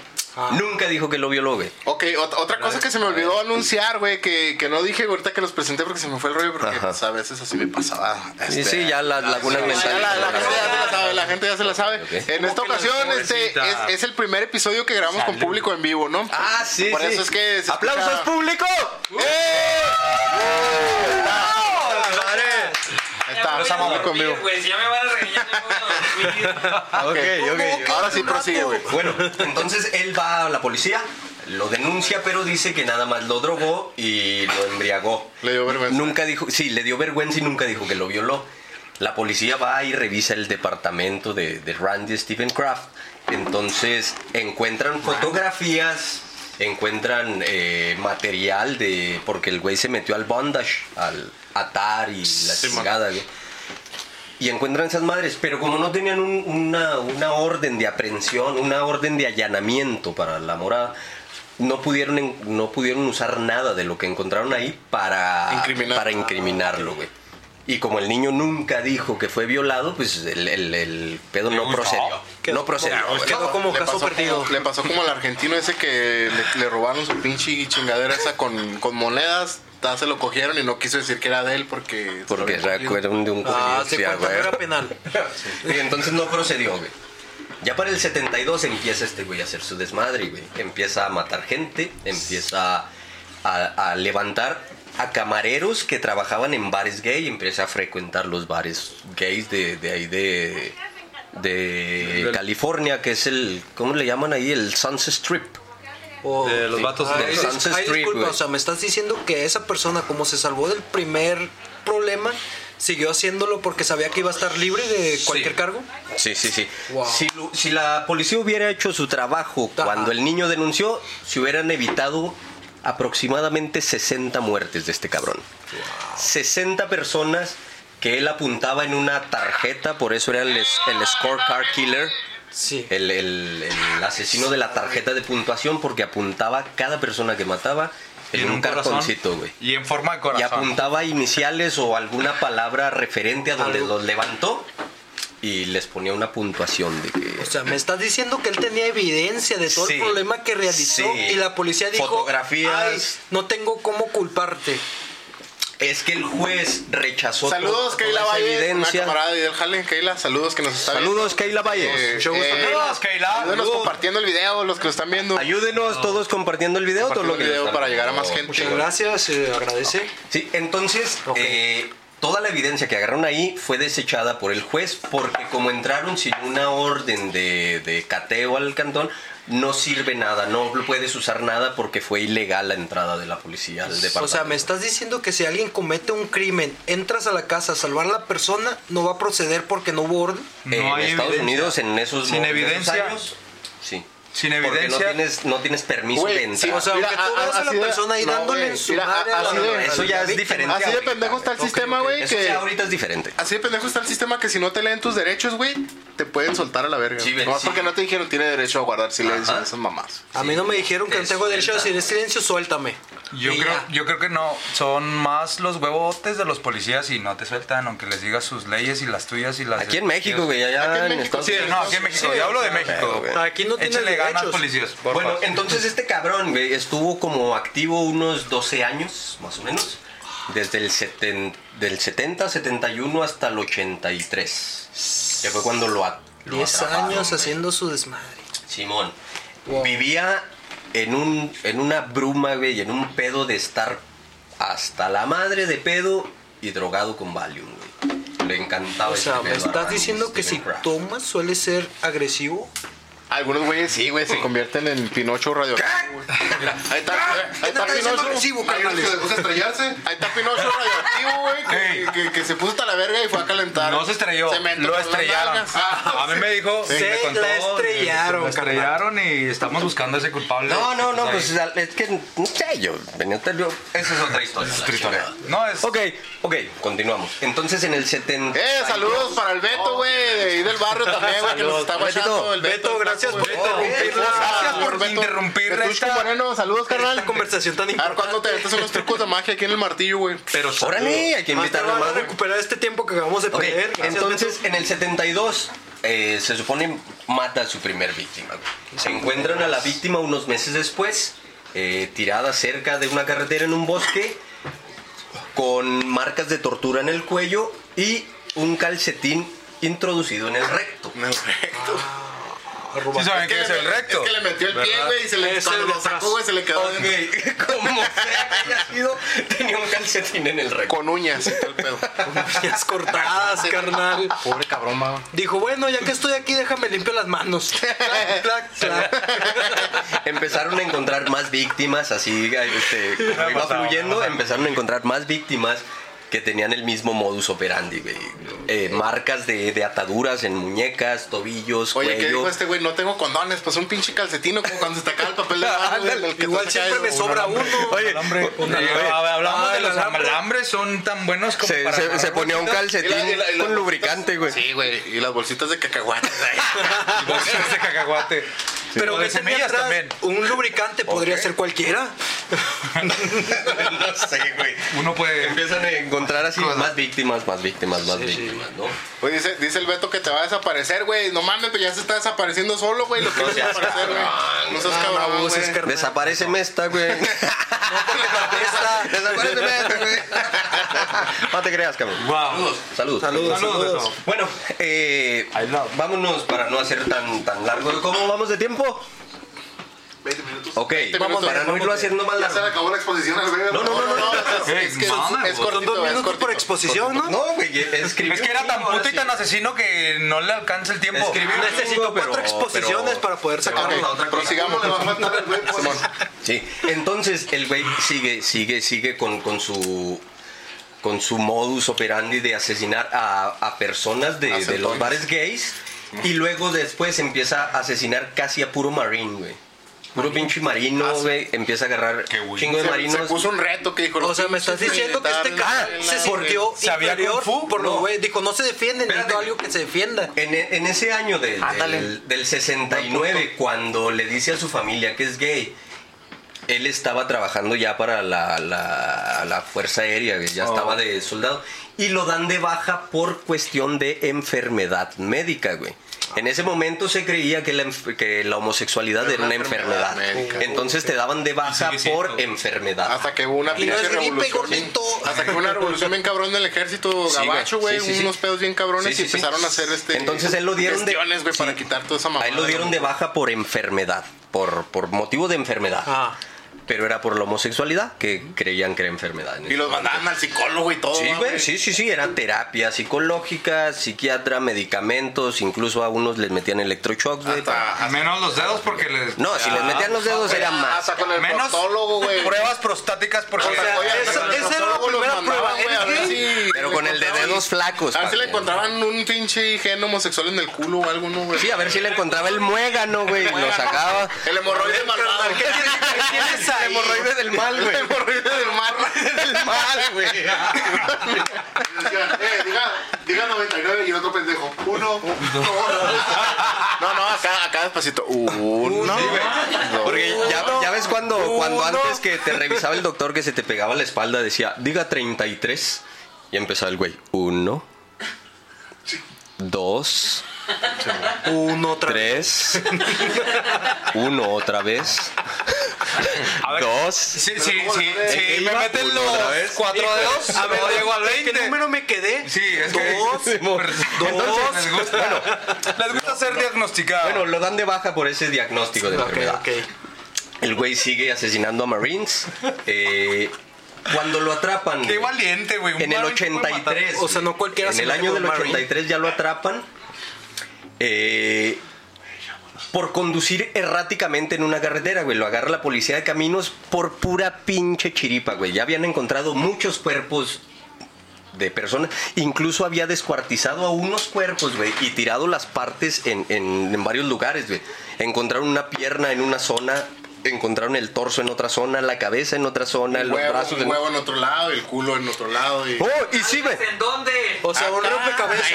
A: Nunca dijo que lo violó, güey.
D: Ok, ot- otra cosa que se me olvidó anunciar, güey, que, que no dije ahorita que los presenté porque se me fue el rollo, porque
A: Ajá.
D: pues, a veces así me pasaba.
A: Y
D: este,
A: sí, ya las lagunas
D: Ya
A: mentales.
D: la, la gente ya se la sabe, la gente ya se la sabe.
A: ok.
D: En esta
E: que la
D: ocasión este, es,
E: jovencita?
D: es el primer episodio que grabamos con público en vivo, ¿no?
A: Ah, sí,
D: Por
A: sí.
D: eso es que se
A: ¡Aplausos,
D: escucha- ¡Eh!
A: público!
D: Ahí está,
E: Los amo.
D: público en vivo.
G: pues, ya me van a regañar.
D: Ok,
A: ok, ok.
D: Ahora sí prosigue, güey.
A: Bueno, entonces él va a la policía, lo denuncia, pero dice que nada más lo drogó y lo embriagó.
D: Le dio vergüenza.
A: Nunca dijo, sí, le dio vergüenza y nunca dijo que lo violó. La policía va y revisa el departamento de, de Randy Stephen Kraft. Entonces encuentran fotografías, encuentran eh, material de. porque el güey se metió al bondage, al atar y la
D: Sí, man.
A: chingada, güey. Y encuentran esas madres, pero como no tenían un- una, una orden de aprehensión, una orden de allanamiento para la morada, no pudieron, en- no pudieron usar nada de lo que encontraron ahí para,
D: Incriminar.
A: para incriminarlo, güey. Y como el niño nunca dijo que fue violado, pues el, el- el pedo no
E: gustó.
A: procedió.
F: Quedó
A: No procedió.
F: como-
A: güey.
F: Quedó como
D: Le
F: caso
D: pasó
F: perdido.
D: como- le pasó como al argentino ese que le, le robaron su pinche chingadera esa con, con monedas. ta, Se lo cogieron y no quiso decir que era de él porque.
A: Porque se
D: se lo-
A: acuerdan de un
F: Ah,
A: comunista,
F: se cuenta
A: güey.
F: que era penal.
A: Y entonces no procedió, güey. Ya para el 72 empieza este güey a hacer su desmadre, güey. Empieza a matar gente, empieza a, a levantar a camareros que trabajaban en bares gay, empieza a frecuentar los bares gays de, de ahí de, de California, que es el, ¿cómo le llaman ahí? El Sunset Strip.
F: Oh,
H: De los vatos
F: Ay,
H: de
F: dis-
A: Sunset
F: ay,
A: Strip,
F: disculpa,
A: güey.
F: o sea, me estás diciendo que esa persona, como se salvó del primer problema, siguió haciéndolo porque sabía que iba a estar libre de cualquier cargo.
A: Sí, sí, sí.
F: Wow.
A: Si, lo- si la policía hubiera hecho su trabajo
F: Ajá.
A: cuando el niño denunció, se hubieran evitado aproximadamente 60 muertes de este cabrón. 60 personas que él apuntaba en una tarjeta, por eso era el, es- el scorecard killer,
F: Sí.
A: el, el- el asesino de la tarjeta de puntuación, porque apuntaba cada persona que mataba en, un,
H: corazón.
A: cartoncito, güey.
E: Y en forma de
A: Y
E: corazón.
A: apuntaba iniciales o alguna palabra referente a donde
F: Algo.
A: los levantó y les ponía una puntuación de que...
F: O sea, me estás diciendo que él tenía evidencia de todo
A: Sí.
F: el problema que realizó
A: Sí.
F: y la policía dijo,
A: Fotografías.
F: "Ay, no tengo cómo culparte.
A: Es que el juez rechazó
D: Saludos,
A: toda
D: Keila
A: esa
D: Valle, una
A: evidencia.
D: camarada del Jale. Keila, saludos que nos está
A: Saludos, Keila Valle.
D: viendo. Eh,
F: Mucho gusto.
D: eh,
E: Saludos, Keila.
D: Ayúdenos
E: Saludos.
D: compartiendo el video, los que lo están viendo.
A: Ayúdenos todos compartiendo el video. Todo
D: Compartiendo
A: lo
D: el
A: que
D: video
A: están
D: para llegar a más
A: viendo.
D: gente.
F: Muchas gracias, se agradece.
A: Sí, entonces,
F: Ok.
A: eh, toda la evidencia que agarraron ahí fue desechada por el juez porque como entraron sin una orden de, de cateo al cantón, no sirve nada, no puedes usar nada porque fue ilegal la entrada de la policía al departamento.
F: O sea, me estás diciendo que si alguien comete un crimen, entras a la casa a salvar a la persona, no va a proceder porque no hubo orden.
A: en
E: No hay
A: Estados
E: evidencia.
A: Unidos en esos
E: Sin
A: mo- en esos
E: evidencia.
A: años, sí.
E: Sin
A: Porque no
E: evidencia.
A: tienes, no tienes permiso
D: Güey,
A: de
D: sí,
A: entrar.
F: O sea,
D: Mira,
F: aunque tú
D: a- a-
F: veas a, la
D: así de-
F: persona ahí
D: no,
F: dándole
D: güey,
F: en su
D: mira, a-
F: madre a la-
D: así
A: No,
D: de-
A: eso ya es
F: víctima.
A: diferente.
D: Así de
A: ahorita,
D: pendejo está el
A: güey.
D: sistema, güey,
A: Eso
D: que-
A: ya ahorita es diferente.
D: Así de pendejo está el sistema que si no te leen tus derechos, güey, te pueden soltar a la verga.
A: Sí,
D: no
A: ve,
D: Nomás
A: sí.
D: porque no te dijeron tiene derecho a guardar silencio
A: Ajá.
D: esas mamás.
F: A mí no me dijeron que no
A: te
F: tengo derecho a
A: sueltan.
F: decir silencio, suéltame.
E: Yo
F: Y
E: creo,
F: ya.
E: yo creo que no, son más los huevotes de los policías y no te sueltan, aunque les digas sus leyes y las tuyas y las...
A: Aquí en
E: de-
A: México, güey,
D: Aquí en
A: allá en
D: México,
A: Estados
E: Sí,
A: Unidos.
E: no, aquí en México, yo hablo de México.
A: güey.
F: Aquí no tienes
E: Échale ganas,
F: derechos.
E: policías, porfa.
A: Bueno, entonces este cabrón, güey, estuvo como activo unos 12 años, más o menos. Desde el 70, del 70, 71 hasta el 83. Que fue cuando lo, a- lo
F: 10
A: atraparon,
F: años
A: güey.
F: haciendo su desmadre.
A: Simón.
F: Wow.
A: Vivía en, un, en una bruma, güey, en un pedo de estar hasta la madre de pedo y drogado con Valium, güey. Le encantaba
F: O sea,
A: ese
F: me
A: pedo a
F: estás
A: Randy
F: diciendo que si
A: Steven Kraft.
F: tomas suele ser agresivo.
D: Algunos güeyes sí, güey, se convierten en Pinocho radio. Ahí está, ahí está Pinocho.
B: Hay unos que les gusta estrellarse.
D: Ahí está Pinocho radioactivo, güey, que,
E: Ey.
D: que, que se puso hasta la verga y fue a calentar.
E: No se estrelló,
D: cemento
E: lo
D: con las
E: estrellaron. Ah,
D: nalgas. Ah,
E: A mí me dijo,
F: Sí.
E: me
F: Se
E: contó,
F: la estrellaron,
E: La estrellaron y estamos buscando a ese culpable.
A: "Pues, No, no, no,
E: Pues
A: pues
E: ahí.
A: es que no sé, yo venía tal- yo- Esa es otra historia.
E: Es
A: la
E: otra historia.
A: chingada.
E: No, es...
A: Ok, ok, continuamos. Entonces en el 70.
D: Eh, saludos para el Beto, güey, de ahí del barrio también, güey, que nos está
A: Betito.
D: guachando. El Beto,
F: Beto, gracias por
E: Beto,
F: interrumpirla.
E: gracias por
D: Beto.
E: interrumpir
D: Betusco
E: esta-
D: Moreno, saludos, carnal.
F: Esta conversación tan
D: A ver, ¿cuándo te
F: importante.
D: metes unos trucos de magia aquí en el martillo, güey?
E: Pero
A: Órale, hay que
F: Más te
A: invitarlo
F: van a
A: más. güey.
F: recuperar este tiempo que acabamos de
A: Ok,
F: perder. Gracias,
A: entonces
F: Beto.
A: en el 72 eh, se supone mata a su primer víctima. güey. Se encuentran a la víctima unos meses después, eh, tirada cerca de una carretera en un bosque, con marcas de tortura en el cuello y un calcetín introducido en el recto.
E: Sí saben que es el recto.
D: Es que le metió el pie,
E: ¿verdad?
D: güey, y se le,
F: Es
D: cuando
F: el
D: lo
F: detrás.
D: sacó, güey, se le quedó dentro.
A: Ok, como sea que haya sido, tenía un calcetín en el recto.
D: con uñas y todo el pedo.
F: Uñas cortadas, carnal.
D: Pobre cabrón, mago.
F: Dijo, bueno, ya que estoy aquí, déjame limpio las manos. Clac, clac, clac.
A: Empezaron a encontrar más víctimas, así este, como iba
E: pasado,
A: fluyendo, empezaron a encontrar más víctimas que tenían el mismo modus operandi, güey. Eh, marcas de, de ataduras en muñecas, tobillos,
D: Oye, ¿qué
A: cuello.
D: dijo este güey? No tengo condones, pues un pinche calcetino como cuando se te acaba el papel de baño, güey, del que
F: Igual
D: te saca
F: siempre me
D: el-
F: sobra uno.
A: Oye,
E: Alambre,
A: un
E: eh,
A: alambre.
E: hablamos
F: Ah,
E: de
F: el
E: los
F: alambre.
E: alambres, son tan buenos como
A: se,
E: para
A: se- se
E: agarrar
A: ponía un
E: bolsitas.
A: calcetín
D: Y la- y la- y la-
A: con lubricante, güey.
D: Sí, güey, y las bolsitas de cacahuates.
E: Y bolsitas de cacahuate.
F: Pero
E: O de
F: ¿qué tenía
E: semillas
F: atrás?
E: también.
F: Un lubricante podría ser cualquiera.
A: no sé, güey.
E: Uno puede...
A: Empiezan a encontrar así más víctimas, más víctimas, más víctimas, ¿no?
D: Pues dice, dice el Beto que te va a desaparecer, güey. No mames, pues ya se está desapareciendo solo, güey. Lo que
A: No
D: va a
A: seas
D: desaparecer, güey.
A: cabrón,
D: No seas
F: No, no
D: cabrón,
F: abuses,
D: güey.
F: carnal.
A: Desapareceme esta, güey.
F: Esta-
A: Desapareceme esta, güey. No te creas, cabrón.
E: Wow.
A: Saludos.
F: Saludos,
E: Saludos,
F: saludos.
A: Bueno, eh,
E: I love.
A: vámonos para no hacer tan, tan largo. ¿Cómo vamos de tiempo?
B: 20 minutos.
A: Ok,
D: Vamos
A: para
D: bien,
A: no irlo
F: vamos
A: haciendo más
B: Ya se le
A: largo.
B: acabó la exposición al verga.
A: No, no, no, no.
D: o sea, es-
E: Ey,
D: es que es-
E: mames,
F: Pues Son
D: es
E: güey,
F: dos
D: cortito, es
F: minutos por
D: cortito.
F: exposición, ¿no?
A: No, güey, escribió.
E: Es que era tan puto y tan asesino que no le alcanza el tiempo.
A: Escribí un
F: Necesito
A: chingo,
F: cuatro
A: pero-
F: exposiciones
A: pero-
F: para poder sacar
A: Vamos
D: Ok,
A: a otra cosa.
D: prosigamos.
B: le va a faltar el güey? Pues,
A: Sí, entonces el güey sigue, sigue, sigue con, con su con su modus operandi de asesinar a, a personas de, de los
D: Aceptones.
A: bares gays y luego después empieza a asesinar casi a puro marín, güey. Puro pinche marino, güey, empieza a agarrar
E: güey.
A: chingo de
D: Se-
A: marinos.
D: Se puso un reto que dijo.
F: O sea, me estás diciendo que este
D: cara
F: cabrón se sintió
E: ¿Sabía
F: inferior
E: Kung Fu?
F: por
A: No.
F: los güey. Dijo, no se defiende, necesito
A: Espérate.
F: algo que se defienda.
A: En, e- en ese año de- del, del 69, cuando le dice a su familia que es gay, él estaba trabajando ya para la, la- la Fuerza Aérea, güey, ya estaba de soldado, y lo dan de baja por cuestión de enfermedad médica, güey. En ese momento se creía que la, enf- que la homosexualidad
D: Era
A: era una
D: una enfermedad
A: enfermedad.
D: médica.
A: Entonces te daban de baja
E: sigue siendo.
A: por enfermedad.
D: Hasta que hubo una
F: Y no
D: pinche
F: es gripe,
D: revolución.
F: gordito.
D: Hasta que hubo una revolución bien cabrón del ejército
A: Sí, güey.
D: gabacho, güey.
A: Sí, sí, sí.
D: Unos pedos bien cabrones
A: Sí, sí,
D: y
A: sí.
D: empezaron a hacer este.
A: Entonces él lo dieron de.
D: gestiones, güey, para
A: sí.
D: quitar toda esa
A: A
D: mamada.
A: él lo dieron de baja por enfermedad. Por, por motivo de enfermedad.
F: Ah.
A: Pero era por la homosexualidad que creían que era enfermedad.
D: Y los mandaban al psicólogo y todo.
A: Sí,
D: ah,
A: güey, sí, sí, sí, era terapia psicológica, psiquiatra, medicamentos, incluso a unos les metían electroshocks, güey. para-
D: Hasta.
E: Al menos los dedos porque les. Ah,
A: No, si les metían los dedos era más.
D: Hasta con el
E: Menos
D: proctólogo, güey.
E: Pruebas prostáticas porque.
D: O sea,
F: Oye,
D: esa-
F: pero el
D: esa era la
F: proctólogo los
D: primera
F: mandaba,
D: prueba,
F: güey,
D: güey, a ver si
A: Pero
D: le
A: con el de
D: encontraban-
A: dedos flacos.
D: A ver si le
A: padre.
D: encontraban un pinche gen homosexual en el culo o algo, ¿no, güey?
A: Sí, a ver si le encontraba el muégano, güey, y lo sacaba.
D: El hemorroide malvado.
A: El hemorroide del mal,
D: El
A: güey.
D: hemorroide del mar.
A: Del mal, güey.
B: y decían, eh, diga, diga 99 y el otro pendejo. Uno, dos.
D: No, no, acá, acá despacito. Uno. dos.
A: Porque ya, ya ves cuando, cuando antes que te revisaba el doctor que se te pegaba la espalda decía, diga 33. Y empezaba el güey, 1, 2,
F: Uno, otra vez.
A: 3, 1 otra vez, 2.
E: Sí, sí, sí.
B: ¿cómo le-
E: sí,
A: ¿En qué
E: me
A: iba?
E: meten
A: Uno,
E: los
A: otra vez.
E: cuatro dedos.
F: A ver,
E: no llego al
F: ¿en
E: 20.
F: ¿qué número me quedé?
E: Sí, es que.
F: Dos.
E: Dos. Les gusta, les gusta ser diagnosticados.
A: Bueno, lo dan de baja por ese diagnóstico de
F: Ok,
A: enfermedad.
F: ok.
A: El güey sigue asesinando a Marines. eh, cuando lo atrapan...
E: Qué
F: eh,
A: güey,
E: valiente, güey. un
A: En el
E: varón que puede matar.
A: 83.
F: O sea, no cualquiera
A: En
F: se
A: el
F: mete
A: año
F: con
A: del
F: Marine.
A: 83 ya lo atrapan. eh, por conducir erráticamente en una carretera, güey. Lo agarra la policía de caminos por pura pinche chiripa, güey. Ya habían encontrado muchos cuerpos de personas. Incluso había descuartizado a unos cuerpos, güey, y tirado las partes en, en- en varios lugares, güey. Encontraron una pierna en una zona, encontraron el torso en otra zona, la cabeza en otra zona,
D: Un
A: los
D: huevo,
A: brazos
D: un
A: en
D: huevo en otro lado, el culo en otro lado. Y...
A: Oh, y sí, güey.
H: ¿En dónde?
F: O sea, un rompecabezas.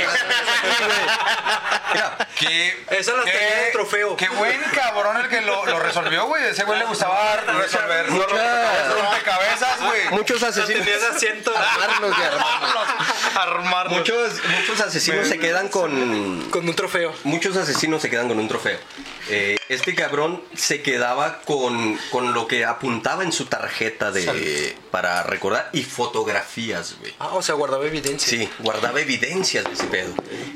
A: Mira,
E: Qué-
F: Esa la
E: qué-
F: tenía de trofeo.
E: Qué buen cabrón el que lo, lo resolvió, güey. Ese güey le gustaba resolver
A: Muchas-
E: rompecabezas, güey.
A: Muchos asesinos.
F: Tenías asiento.
A: Armarlos, güey, armarlos.
E: Armarlo.
A: Muchos, muchos asesinos se quedan con.
F: Con un trofeo.
A: Muchos asesinos se quedan con un trofeo. Eh, este cabrón se quedaba con, con lo que apuntaba en su tarjeta de para recordar y fotografías, güey.
F: Ah, o sea, guardaba evidencia.
A: Sí, guardaba evidencias de ese pedo.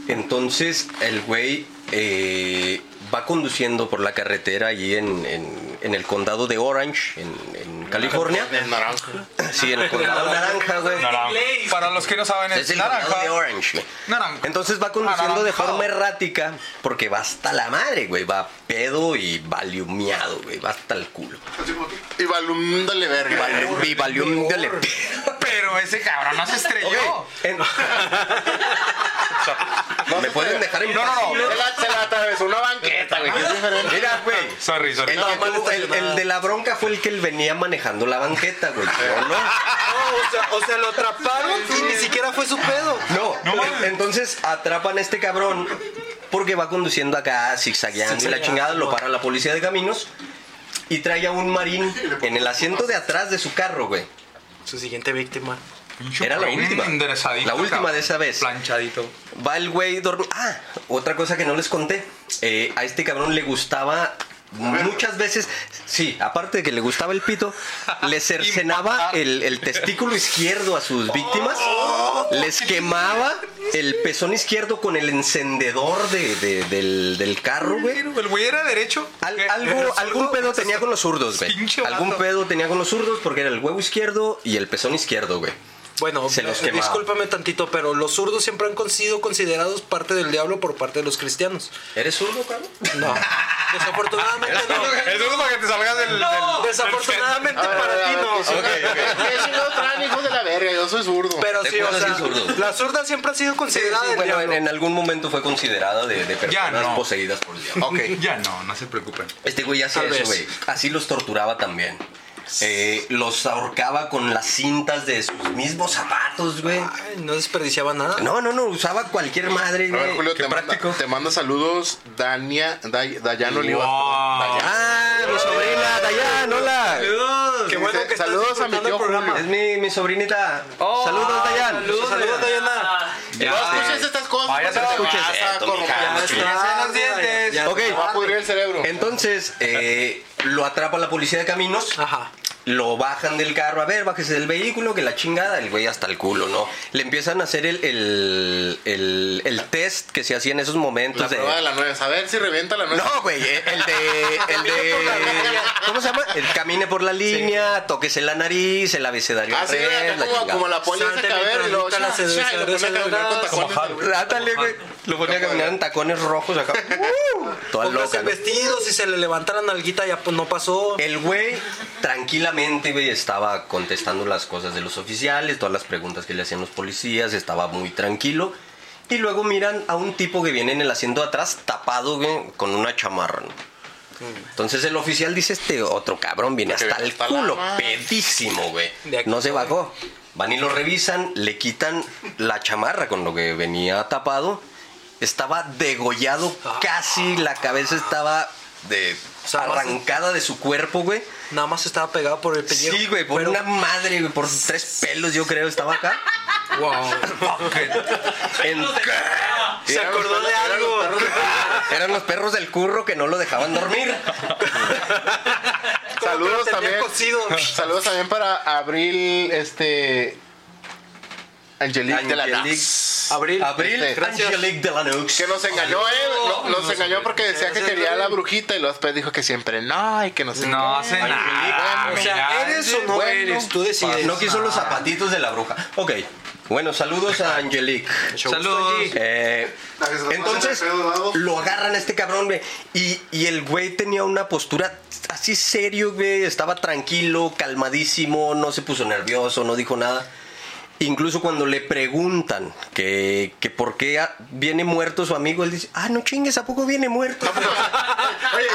A: Entonces, el güey eh, va conduciendo por la carretera ahí en, en- en el condado de Orange, en, en California.
D: El naranja.
A: Sí, en el condado naranja, güey.
E: Naranja. Para los que no saben,
A: Es
E: es
A: el condado
E: naranja.
A: de Orange, güey.
E: Naranja.
A: Entonces va conduciendo de
E: Anaranjado.
A: forma errática porque va hasta la madre, güey. Va pedo y va liumeado, güey. Va hasta el culo.
B: Así como tú.
D: Y balum, dale verga.
A: Y va lium- dale.
E: Pero ese cabrón no se estrelló.
A: Ok, en- ¿Me pueden dejar en
E: No,
A: paz?
E: no, no.
D: Se la, se la atravesó una banqueta, güey. que es diferente.
A: Mira, güey.
E: Sorry, sorry.
A: El, que tuvo- el- el de la bronca fue el que él venía manejando la banqueta, güey. Yo no.
F: No, Ah, o sea, o sea, lo atraparon y ni siquiera fue su pedo.
A: No, eh, entonces atrapan a este cabrón porque va conduciendo acá zigzagueando y la chingada lo para la policía de caminos y trae a un marín en el asiento de atrás de su carro, güey.
F: Su siguiente víctima.
A: Era la
E: Bien
A: última.
E: enderezadito,
A: La última
E: cabrón.
A: de esa vez.
E: Planchadito.
A: Va el güey dormido. Ah, otra cosa que no les conté. Eh, a este cabrón le gustaba muchas veces, sí, aparte de que le gustaba el pito, le cercenaba el, el testículo izquierdo a sus víctimas,
E: Oh.
A: les quemaba el pezón izquierdo con el encendedor de- de- del, del carro, güey.
E: El güey era derecho.
A: Al-
E: ¿Qué? ¿Era
A: algo,
E: zurdo?
A: algún pedo tenía con los zurdos, güey.
E: Pinche vato.
A: Algún pedo tenía con los zurdos porque era el huevo izquierdo y el pezón izquierdo, güey.
F: Bueno,
A: Se los
F: eh,
A: quemaba.
F: discúlpame tantito, pero los zurdos siempre han con- sido considerados parte del diablo por parte de los cristianos.
A: ¿Eres zurdo, cabrón?
F: No. Desafortunadamente no.
E: El zurdo para que te salgas del. del-
F: Desafortunadamente
D: A ver, a ver,
F: para ti
D: a ver,
F: no.
D: ¿qué son- ¿Qué chingados traen, hijos de la verga? Yo soy zurdo.
F: Pero
A: ¿De
F: sí, o
A: cuándo
F: sea,
A: sí zurdo?
F: la zurda siempre ha sido
A: Sí,
F: considerada
A: sí,
F: del
A: bueno, en,
F: diablo.
A: en algún momento fue considerada de, de
E: Ya
A: personas
E: no.
A: poseídas por el diablo.
D: Ok.
E: Ya no, no se preocupen.
A: Este güey hacía
F: Tal
A: eso,
F: vez.
A: güey. Así los torturaba también. Eh, los ahorcaba con las cintas de sus mismos zapatos, güey.
F: Ay, no desperdiciaba nada.
A: No, no, no, usaba cualquier madre,
D: A
A: güey.
D: ver, Julio,
A: Qué
D: te manda,
A: práctico.
D: te manda saludos Dania, Day- Dayana Olivas. perdón,
E: Wow.
D: Dayana.
A: Ah, mi sobrina, Dayan, hola.
F: Qué
D: Dice,
F: bueno que estás
D: saludos a mi
F: disfrutando
D: tío
F: el programa.
A: Es mi, mi sobrinita. saludos, Dayan.
F: Oh, Saludos, saludos, Pues, Dayana.
A: Ya,
D: No
A: eh,
D: escuches pues, estas cosas.
E: Vaya,
D: porque
E: no
D: te
E: escuches
D: vas a
A: esto,
D: corromper.
A: mija.
F: Ya está,
E: Limpiarse los
F: Dayana,
E: dientes.
F: ya-
A: Ok.
D: Te va a pudrir el cerebro.
A: Entonces, eh, lo atrapa la policía de caminos.
F: Ajá.
A: Lo bajan del carro, a ver, bájese del vehículo, que la chingada, el güey hasta el culo, ¿no? Le empiezan a hacer el, el, el- el test que se hacía en esos momentos
D: La
A: de...
D: prueba de la nuez. A ver si revienta la nuez.
A: No, güey, eh, el de. El de. ¿Cómo se llama? El camine por la línea, tóquese la nariz, el abecedario.
D: Así
A: al revés,
D: era Ah, acá
A: la
D: como,
A: chingada.
D: como la poli esa
F: Santa
D: que a ver y lo
F: Mitra,
D: ya,
F: la cerveza,
D: ya, y lo pone a caminar con
F: cerveza,
D: tacones. güey.
A: Ándale, güey. Lo ponía a caminar en tacones rojos acá. ¡Uh! Toda
F: Póngase
A: loca. ¿no?
F: vestido, si se le levantara la nalguita ya pues no pasó.
A: El güey tranquilamente, güey, estaba contestando las cosas de los oficiales, todas las preguntas que le hacían los policías, estaba muy tranquilo. Y luego miran a un tipo que viene en el asiento de atrás tapado, güey, con una chamarra, ¿no? Entonces el oficial dice, este otro cabrón viene hasta el
D: hasta la
A: culo,
D: madre.
A: pedísimo, güey.
F: De aquí,
A: No se bajó. Van y lo revisan, le quitan la chamarra con lo que venía tapado. Estaba degollado, casi la cabeza estaba de
F: Ah. O sea, más-
A: arrancada de su cuerpo, güey.
F: Nada más estaba pegado por el pellejo.
A: Sí, güey, por
F: pero-
A: una madre, güey, por tres pelos, yo creo, estaba acá.
F: Wow.
A: En-
F: Se acordó de
D: Eran los
F: algo.
D: perros de-
A: Eran los perros del curro que no lo dejaban dormir.
F: Pero
D: Saludos
F: tenía
D: también.
F: cocido.
D: Saludos también para Abril, este. Angelique, de la
A: Angelique.
D: Naz.
F: Abril.
A: Abril,
D: Este,
F: gracias.
A: Angelique de la Nux.
D: Que nos engañó, eh. no- nos engañó porque decía que quería a la brujita y luego después dijo que siempre no y que no sé
E: No
D: qué.
E: hace
D: Ay,
E: nada.
D: bueno,
F: O sea, ¿eres o no
D: Bueno,
F: eres? Tú decides.
A: No quiso los zapatitos de la bruja. Ok. Bueno, saludos a Angelique.
F: Mucho gusto,
E: Saludos.
F: Angie.
A: Eh,
B: La que se la pasa
A: entonces
B: en el pedo, ¿verdad?
A: lo agarran a este cabrón, güey. Y, y el güey tenía una postura así serio, güey. Estaba tranquilo, calmadísimo, no se puso nervioso, no dijo nada. Incluso cuando le preguntan que, que por qué ah, viene muerto su amigo, él dice, ah, no chingues, ¿a poco viene muerto?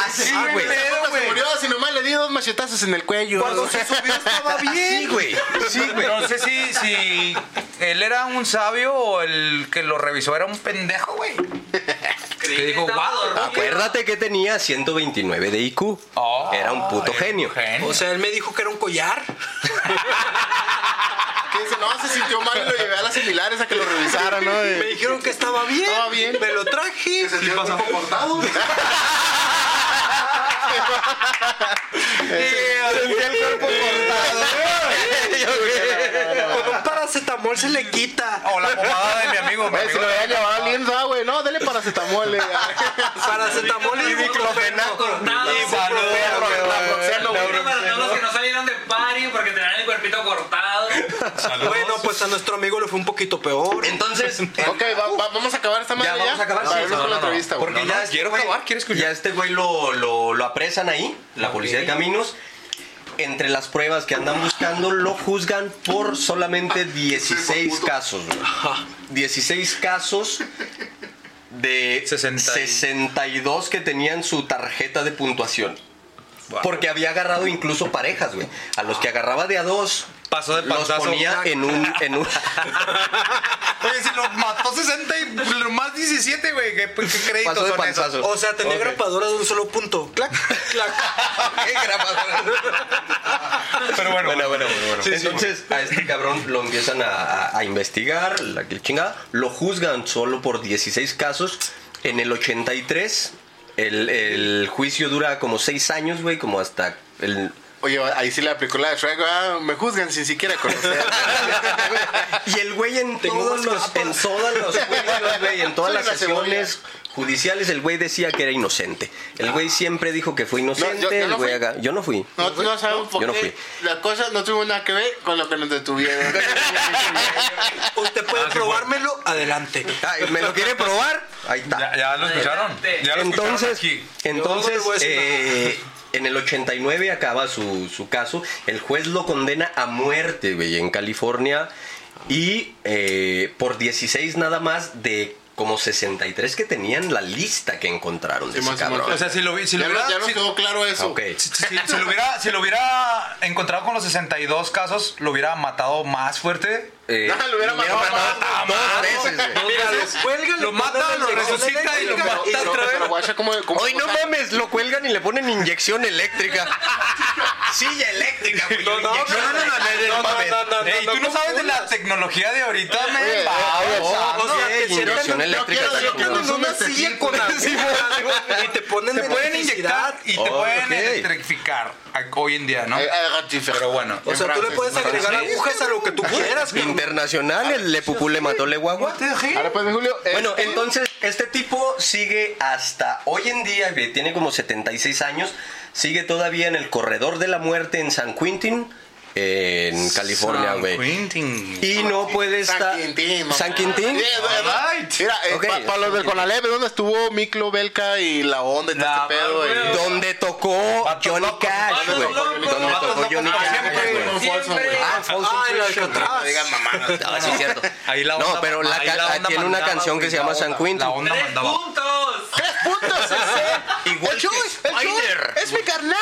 A: así,
D: ah,
A: güey.
D: esa puta Se murió, si nomás le di dos machetazos en el cuello.
A: Cuando se subió estaba bien, Ah, güey. Sí, güey.
E: No sé si, si él era un sabio o el que lo revisó era un pendejo, güey. Que dijo, wow.
A: Acuérdate que tenía 129 de IQ. era un
E: Oh,
A: puto Ah, genio.
F: O sea, él me dijo que era un collar.
D: Que dice, no, se sintió mal y lo llevé a las similares a que lo revisaran, ¿no?
F: Me
D: Y-
F: dijeron que estaba bien.
D: Estaba bien.
F: Me lo traje.
B: Que se tiene un cuerpo cortado.
F: Con un paracetamol se le quita.
E: o la pomada de mi amigo. mi
D: Pues, Güey, si
E: amigo
D: lo habían llevado al lienzo, ah, güey, no, dele paracetamol. eh.
F: Paracetamol y
H: Ibuprofeno cortado.
E: Y valor, güey.
D: Naproxeno, güey.
H: Saludos para todos los que no salieron de party porque tenían el cuerpito cortado.
F: Bueno, pues a nuestro amigo le fue un poquito peor.
A: Entonces,
D: Ok, va- va- vamos a acabar esta madre ya.
A: ya vamos a acabar.
D: Para
A: sí.
D: irnos
A: No,
D: con la
A: no, no.
D: entrevista, güey.
A: Porque
E: No,
A: ya
E: no,
A: este
E: quiero
A: güey-
E: acabar, quiero escuchar.
A: Ya este güey lo, lo, lo apresan ahí, la policía de caminos. Entre las pruebas que andan buscando, lo juzgan por solamente 16 casos. güey. 16 casos de
E: Sesenta y-
A: 62 que tenían su tarjeta de puntuación. Porque había agarrado incluso parejas, güey. A los que agarraba de a dos,
E: Pasó de
A: los
E: panzazo.
A: ponía en un... En un
E: Oye, si lo mató 60 y lo más 17, güey. ¿Qué, qué créditos
A: Pasó de
E: son esos?
A: panzazo.
F: O sea, tenía grapadora de un solo punto. Clac, clac.
A: Qué grabadora.
E: Pero bueno, bueno, bueno. Sí, sí,
A: Entonces a este cabrón lo empiezan a, a- a investigar, la que chingada, lo juzgan solo por 16 casos. En el 83 El, el juicio dura como seis años, güey, como hasta el...
D: Oye, ahí sí la aplicó la de Shrek, ah, me juzgan sin siquiera conocer.
A: Y el güey en todos los... En todas los juicios, güey, en todas
D: Soy
A: las
D: una cebolla.
A: sesiones judiciales, el güey decía que era inocente. El güey siempre dijo que fue inocente.
D: yo
A: el
D: no
A: güey
D: fui.
A: haga- yo no fui.
D: No, no sabemos por
A: Yo no
D: qué
A: fui.
D: las cosas no tuvieron nada que ver con lo que nos detuvieron.
F: Usted
D: Ah,
F: puede probármelo, adelante.
A: Ay, ¿Me lo quiere probar? Ahí está.
E: Ya, ya lo escucharon. Ya lo escucharon
A: Entonces,
E: aquí.
A: entonces
F: Yo no le voy a decir
A: eh, en el 89 acaba su, su caso. El juez lo condena a muerte, güey, en California. Y eh, por 16 nada más de como 63 que tenían la lista que encontraron de
D: Sí,
A: ese
D: más o menos.
A: cabrón. Ah,
E: O Ah, sea, si lo, vi- si lo
D: ya
E: hubiera-
D: no- ya nos
E: si-
D: quedó claro eso.
A: Ok.
E: si- si- si lo hubiera, si lo hubiera encontrado con los 62 casos, lo hubiera matado más fuerte.
A: Eh,
D: Ah, lo hubiera matado.
A: matado dos veces, güey.
F: Cuélgale,
E: Lo mata,
F: póngale
E: lo
F: inyección
E: resucita y lo
F: eléctrica.
E: mata
D: Pero-
E: otra vez.
D: pero guacha, ¿cómo- cómo-
A: Hoy no
D: o sea,
A: mames, lo cuelgan y le ponen inyección eléctrica. Silla eléctrica, güey.
F: No, no,
A: Inyección
F: no, no, no,
A: eléctrica,
F: no, no,
A: mames.
F: no, no,
E: Ey,
F: no
E: tú no sabes de la
F: confundas.
E: tecnología de ahorita, men.
D: oye,
E: Vamos,
D: oye,
E: vamos.
F: O sea, te
A: Inyección
F: sientan en-
A: eléctrica,
F: yo quiero- yo quiero
A: chingón.
F: en una silla con agua y te ponen
E: Te pueden
F: electricidad.
E: inyectar y te
A: Oh,
E: pueden
A: ok.
E: electrificar a- hoy en día, ¿no?
D: eh, eh, Ratifer.
E: Pero bueno.
F: O sea, tú le puedes agregar agujas a lo que tú quieras. cabrón.
A: Internacional, el le pupú le mató le guagua.
D: Ahora pues, Julio. eh,
A: Bueno, entonces este tipo sigue hasta hoy en día, que tiene como 76 años, sigue todavía en el corredor de la muerte en San Quintín, en California,
E: San
A: güey.
E: Quintín.
A: Y no puede
D: San
A: estar.
D: Quintín, mamá.
A: San Quintín.
D: Sí, ¿verdad?
E: Alright.
D: Mira, eh,
A: Ok.
D: pa- para los del Conalep, ¿dónde estuvo Miclo, Belka y la onda y todo
E: La-
D: este pedo?
H: güey.
D: Y-
A: Donde tocó
E: Vatos
A: Johnny
E: locos,
A: Cash,
H: vatos
A: güey.
H: locos,
A: Donde
E: vatos
A: tocó
E: locos
A: Johnny
E: para
A: Cash,
E: siempre.
A: güey.
H: Siempre.
A: Ah, Folsom
F: Ah, en
A: Prison,
F: Alcatraz.
A: güey, no digan mamadas. Ah, sí, es cierto.
E: Ahí la
A: No,
E: onda-
A: pero la
E: ahí
A: ca- ah,
E: la onda
A: tiene una
E: mandaba,
A: canción que
E: güey,
A: se
E: la
A: llama San
E: onda-
A: Quintín.
E: la onda
H: ¡Tres
E: mandaba.
H: puntos!
D: ¡Tres puntos! ese!
A: Igual
D: ¡El
A: que
D: Chuy! ¡El Chuy!
A: Spider.
D: ¡Es mi carnal!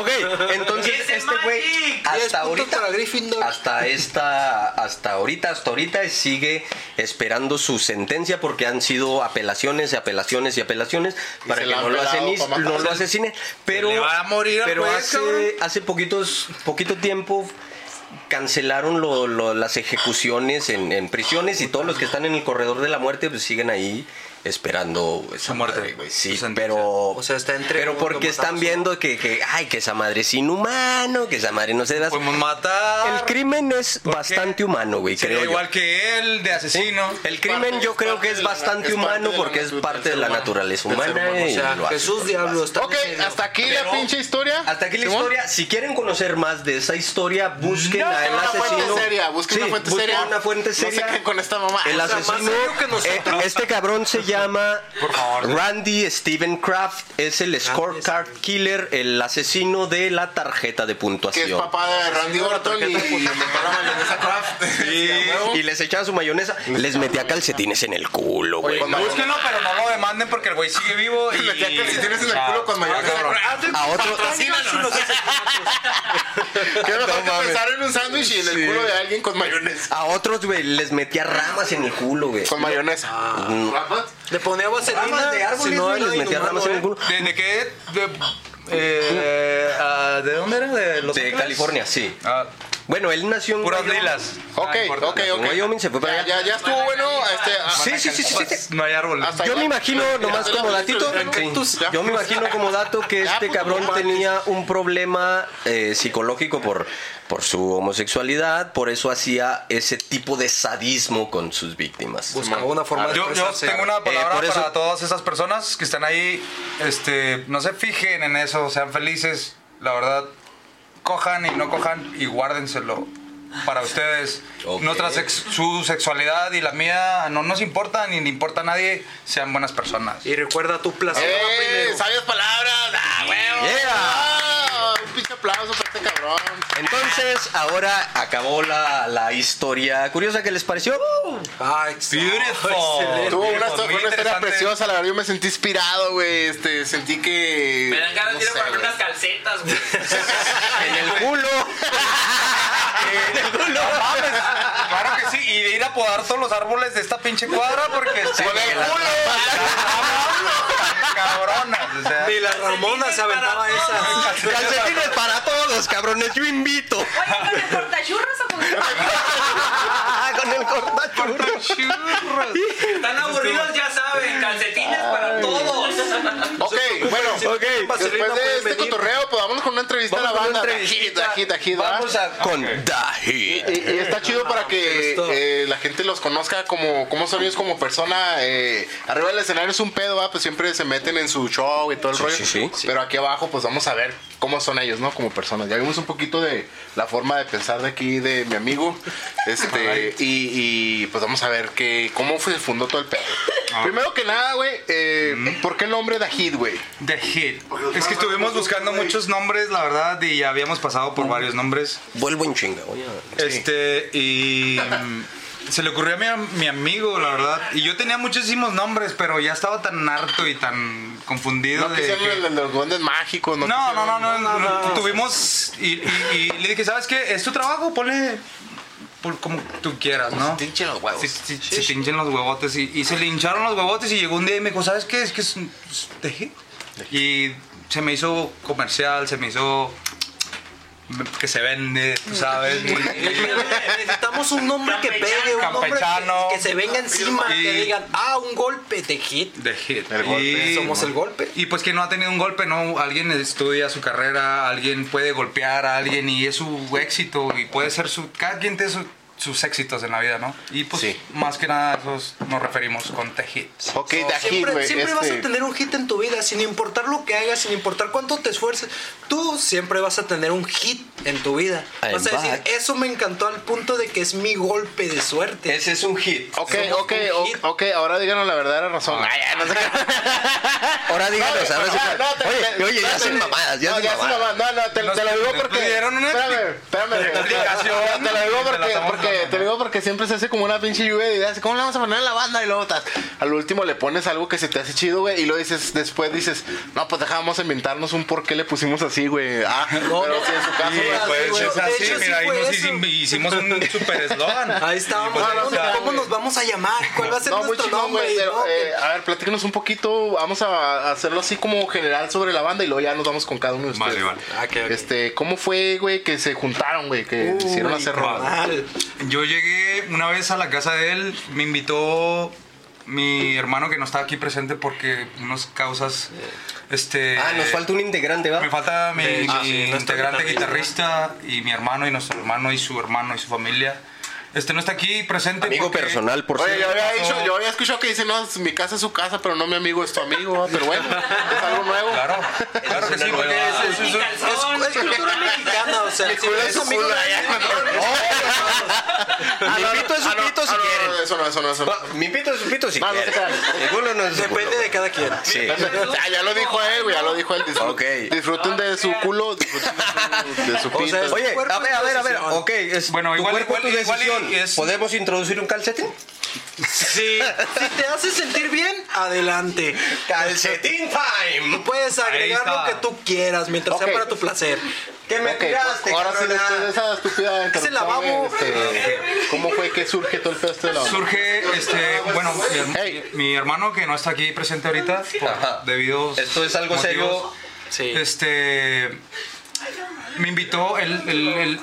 A: Ok, entonces
H: Ese
A: este güey
H: Magic.
F: Diez
A: hasta
F: puntos
A: ahorita
F: para Gryffindor.
A: hasta esta hasta ahorita hasta ahorita sigue esperando su sentencia porque han sido apelaciones y apelaciones y apelaciones para
D: se
A: que
D: la han
A: no lo
D: pelado
A: asesine,
D: pa' matar.
A: no lo asesine, pero
E: le va a morir al
A: pero
E: juez, cabrón.
A: hace hace poquitos poquito tiempo cancelaron lo- lo- las ejecuciones en, en prisiones y todos los que están en el corredor de la muerte pues siguen ahí esperando esa
E: Su muerte,
A: madre, güey. Sí,
E: su sentencia.
A: pero
F: O sea, está entre
A: pero
F: mundo,
A: porque están
F: matamos
A: viendo diciendo que, que, ay, que esa madre es inhumano, que esa madre no se da.
E: Podemos
A: El
E: Pues matar.
A: crimen es bastante humano, güey,
E: Sería
A: creo yo.
E: igual que él, de asesino.
A: El crimen
D: parte-
A: yo
D: es
A: creo
D: parte
A: que es
D: de la-
A: bastante
D: es parte
A: humano
D: de la
A: porque es
D: natu-
A: parte
D: del
A: de la
D: ser humano.
A: naturaleza
D: Del ser
A: humana.
D: humano, o
A: y
F: O sea,
A: lo hace
F: Jesús
A: por-
F: Diablo está
D: Ok, hasta aquí la
A: Pero-
D: pinche historia.
A: Hasta aquí la
D: Simón.
A: historia. Si quieren conocer más de esa historia, busquen
D: No,
A: a El
D: una
A: Asesino.
D: fuente seria, busquen
A: Sí,
D: una fuente
A: busquen
D: seria.
A: una fuente seria.
D: No se queden con esta mamá.
A: El
D: O sea,
F: más
A: asesino.
F: serio que nosotros.
A: eh, este cabrón se llama Randy Steven Kraft. Es el scorecard killer, el asesino de la tarjeta de
D: que es
A: puntuación.
D: papá de Randy Orton y y le metió la mayonesa Kraft. Sí, a huevo.
A: Y les echaba su mayonesa. Les metía calcetines en el culo, güey.
D: Con mayonesa.
E: Búsquenlo, pero no lo demanden porque el güey sigue vivo. Y...
D: Le metía calcetines en el
E: Ah,
D: culo con mayonesa
E: cabrón.
D: Kraft.
A: A otro.
D: Qué mejor que
A: mames.
D: pensar en un sándwich y en el culo de alguien con mayonesa.
A: A otros, güey, les metía ramas en el culo, güey.
D: Con mayonesa.
B: Ramas.
F: Le ponía vaselina.
A: Ramas de árboles,
F: si no,
A: güey,
F: era
A: les metía
F: inhumano,
A: ramas en
F: ¿eh?
A: el culo.
E: ¿De, de qué? De, eh, ah, ¿De dónde era? ¿De Los
A: De
E: Ángeles?
A: California, sí.
E: Ah,
A: Bueno, él nació en
E: puras
A: Wyoming.
E: lilas. Ah,
D: Ok, ok,
A: En Wyoming
D: ok.
A: se fue para
D: Ya,
A: allá.
D: ya, ya estuvo bueno. Este, a-
A: Sí, sí, sí, sí, sí.
E: No hay árbol.
D: Hasta
A: Yo
D: ahí
A: me
D: va.
A: imagino, nomás
D: ya,
A: como
D: ya,
A: datito,
D: ya,
A: sí,
D: ya.
A: yo me imagino como dato que
D: Ya,
A: este
D: puto,
A: cabrón
D: no mames.
A: tenía un problema eh, psicológico por, por su homosexualidad, por eso hacía ese tipo de sadismo con sus víctimas.
F: Buscaba una
A: Ah,
F: forma de
E: Yo,
A: pues
E: yo
F: expresarse.
E: tengo una palabra
A: Eh, por eso-
E: para todas esas personas que están ahí. Este, no se fijen en eso, sean felices. La verdad, cojan y no cojan y guárdenselo para ustedes.
A: Ok.
E: Nuestra sex- su sexualidad y la mía no nos importa ni le importa a nadie. Sean buenas personas.
F: Y recuerda tu placer.
D: ¡Eh! ¡Sabias palabras! ¡Ah, huevo!
A: Yeah.
D: Ah, Un pinche aplauso para este cabrón.
A: Entonces, ahora acabó la, la historia curiosa que les pareció. uh,
F: Ah, excelente.
E: Beautiful.
F: Excelente.
D: Tuvo una,
E: pues,
D: fue
E: muy
D: una historia
E: interesante.
D: preciosa, la verdad yo me sentí inspirado, güey. Este, sentí que.
H: Me dan ganas
D: no
H: de ir a
D: sé,
H: ponerme
D: güey.
H: unas calcetas, güey.
A: En el culo. En el culo.
E: Claro que sí, y de ir a podar todos los árboles de esta pinche cuadra porque se
A: Con el
E: las
A: culo.
E: ramas, cabronas, o sea.
F: Ni la Ramona se aventaba esa.
A: Calcetines para todos, cabrones, yo invito.
G: Oye, ¿con el cortachurros o con el
A: Con el cortacho.
H: Están aburridos, ya saben. Calcetines para todos.
D: Ok, después de este cotorreo, pues vámonos con una entrevista
A: Vamos
D: a la
A: con una
D: banda.
A: entrevistita.
D: Tajid, tajid, tajid, ¿va?
E: Vamos a.
A: con The Hit.
D: Y, y está chido para que
F: gustó.
D: eh, la gente los conozca como cómo son ellos como persona. eh, arriba del escenario es un pedo, ¿va? pues siempre se meten en su show y todo el
A: Sí,
D: rollo.
A: sí, sí.
D: Pero aquí abajo, pues vamos a ver cómo son ellos, ¿no? Como personas. Ya vimos un poquito de la forma de pensar de aquí de mi amigo. Este, y, y, pues vamos a ver que, cómo fue- se fundó todo el pedo. Primero que nada, güey, eh, ¿por qué el nombre de Hit, güey?
E: The Hit. Es que estuvimos buscando muchos nombres, la verdad, y ya habíamos pasado por varios nombres.
A: Vuelvo en chinga, voy a-
E: Este, y mm, se le ocurrió a mi, am- mi amigo, la verdad. Y yo tenía muchísimos nombres, pero ya estaba tan harto y tan confundido.
D: No
E: de
D: que sean
E: que-
D: los- los duendes mágicos, no
E: No,
D: que
E: no,
D: sean-
E: no, no, no, no, Tuvimos. Y, y- y le dije, ¿sabes qué? Es tu trabajo, ponle. por- como tú quieras, ¿no?
A: Pinche los huevos.
E: Si, si- si te hinchan los huevotes y, y se le hincharon los huevotes y llegó un día y me dijo, ¿sabes qué? Es que es un- es de hit. Y se me hizo comercial, se me hizo que se vende, tú sabes.
F: Necesitamos un nombre que pegue, un nombre
E: Campechano.
F: que, que se venga encima,
E: Y-
F: que digan, ah, un golpe de hit. Pues
E: De hit.
D: El golpe.
E: Y,
F: Somos el golpe.
E: y pues que no ha tenido un golpe, no, alguien estudia su carrera, alguien puede golpear a alguien y es su éxito y puede ser su cada quien tiene su- sus éxitos en la vida, ¿no? Y pues
D: Sí.
E: más que nada a esos nos referimos con The Hit.
D: Ok,
F: So,
D: de Hit,
F: siempre
D: güey.
F: siempre vas
D: este-
F: a tener un hit en tu vida, sin importar lo que hagas, sin importar cuánto te esfuerces. Tú siempre vas a tener un hit en tu vida.
A: I'm
F: vas a decir,
A: back.
F: eso me encantó al punto de que es mi golpe de suerte.
A: Ese es un hit.
D: Ok,
F: Somos
D: ok,
F: un
D: o-
F: hit.
D: ok, ahora díganos la verdadera razón. Ay, ay, no sé qué.
A: Ahora díganos,
D: No,
A: ahora sí.
D: no, no, te-
A: Oye,
D: te-
A: oye, ya
D: no,
A: hacen
D: te-
A: mamadas, ya
D: no,
A: hacen mamadas.
D: mamadas. No, no, te,
E: Nos-
D: te lo digo
E: nos
D: porque.
E: pidieron una
D: espérame, espérame.
E: una explicación.
D: Te- Te lo digo
E: Te la
D: porque,
E: estamos
D: porque-
E: dando.
D: te lo digo porque siempre se hace como una pinche lluvia de ideas. ¿Cómo le vamos a poner en la banda? Y luego estás- al último le pones algo que se te hace chido, güey. Y lo dices, después dices, no, pues dejamos inventarnos un por qué le pusimos así, güey. Ah, pero sí, en su caso,
E: Y
D: güey,
E: pues
F: güey,
E: es
F: de
E: así,
F: hecho, sí
E: mira, ahí
F: fue eso.
E: nos
F: Ah,
E: hici- hicimos un super eslogan.
F: Ahí
E: Y,
F: estábamos,
E: pues, ahí
F: ¿cómo,
E: está,
F: cómo
E: güey.
F: nos vamos a llamar? ¿Cuál va a ser
D: No, muy
F: nuestro
D: chingón,
F: nombre?
D: güey, pero,
F: ¿No?
D: eh, a ver, platíquenos un poquito. Vamos a hacerlo así como general sobre la banda y luego ya nos vamos con cada uno de ustedes.
C: Vale, vale.
F: Ah, ok, ok.
D: Este, ¿cómo fue, güey, que se juntaron, güey? Que
F: Uy,
D: hicieron hacer rolas.
F: mal.
E: Yo llegué una vez a la casa de él, me invitó mi hermano que no estaba aquí presente porque unas causas este
A: Ah, nos falta un integrante, ¿va?
E: me falta mi,
F: De hecho,
E: mi
F: sí, nuestro
E: integrante
F: guitarrista.
E: guitarrista y mi hermano y nuestro hermano y su hermano y su familia. Este no está aquí presente
A: Amigo
E: porque-
A: personal, por
D: Oye, yo
A: cierto.
D: había, dicho- yo había escuchado que dicen, no, es mi casa es su casa, pero no mi amigo es tu amigo, ¿va? pero bueno, es algo nuevo.
E: Claro, claro que sí, porque es- es- es un-
F: Es, es cultura mexicana, o sea, si eres amigo de
A: Mi pito es un pito si
D: Ah, no, no,
A: quieren.
D: no, eso no, eso no, eso no.
A: Va, Mi pito es un pito si
D: No, no
A: quieren.
D: te creas.
A: El culo no es un
F: depende
A: culo.
F: de cada quien.
A: Sí.
D: Ah, ya lo dijo él, güey, ya lo dijo él. Disfruten,
A: Ok.
D: disfruten de su culo, disfruten de su, de su
F: sea,
D: pito.
F: es-
A: Oye,
F: cuerpo
A: a ver, a ver, a ver.
F: decisión.
A: Ok, es
E: Bueno,
A: tu
E: igual-
A: cuerpo, tu
E: igual- igual y
A: decisión.
E: es-
A: ¿Podemos introducir un calcetín?
F: Sí, si te hace sentir bien, adelante.
A: ¡Calcetín time!
F: Puedes agregar
E: está.
F: lo que tú quieras mientras
D: Ok.
F: sea para tu placer.
A: ¿Qué me
D: Ok, pues,
A: tiraste,
D: ahora sí
A: cabrona?
D: después de esa estúpida interrupción,
F: lavabo.
D: este, ¿Cómo fue que surge todo el pedo este de la banda?
E: surge este, bueno, mi, her-
D: Hey.
E: mi hermano que no está aquí presente ahorita por
A: Ah, Ajá.
E: debidos
A: Esto es algo serio.
F: Sí.
E: Este. Me invitó él, él- él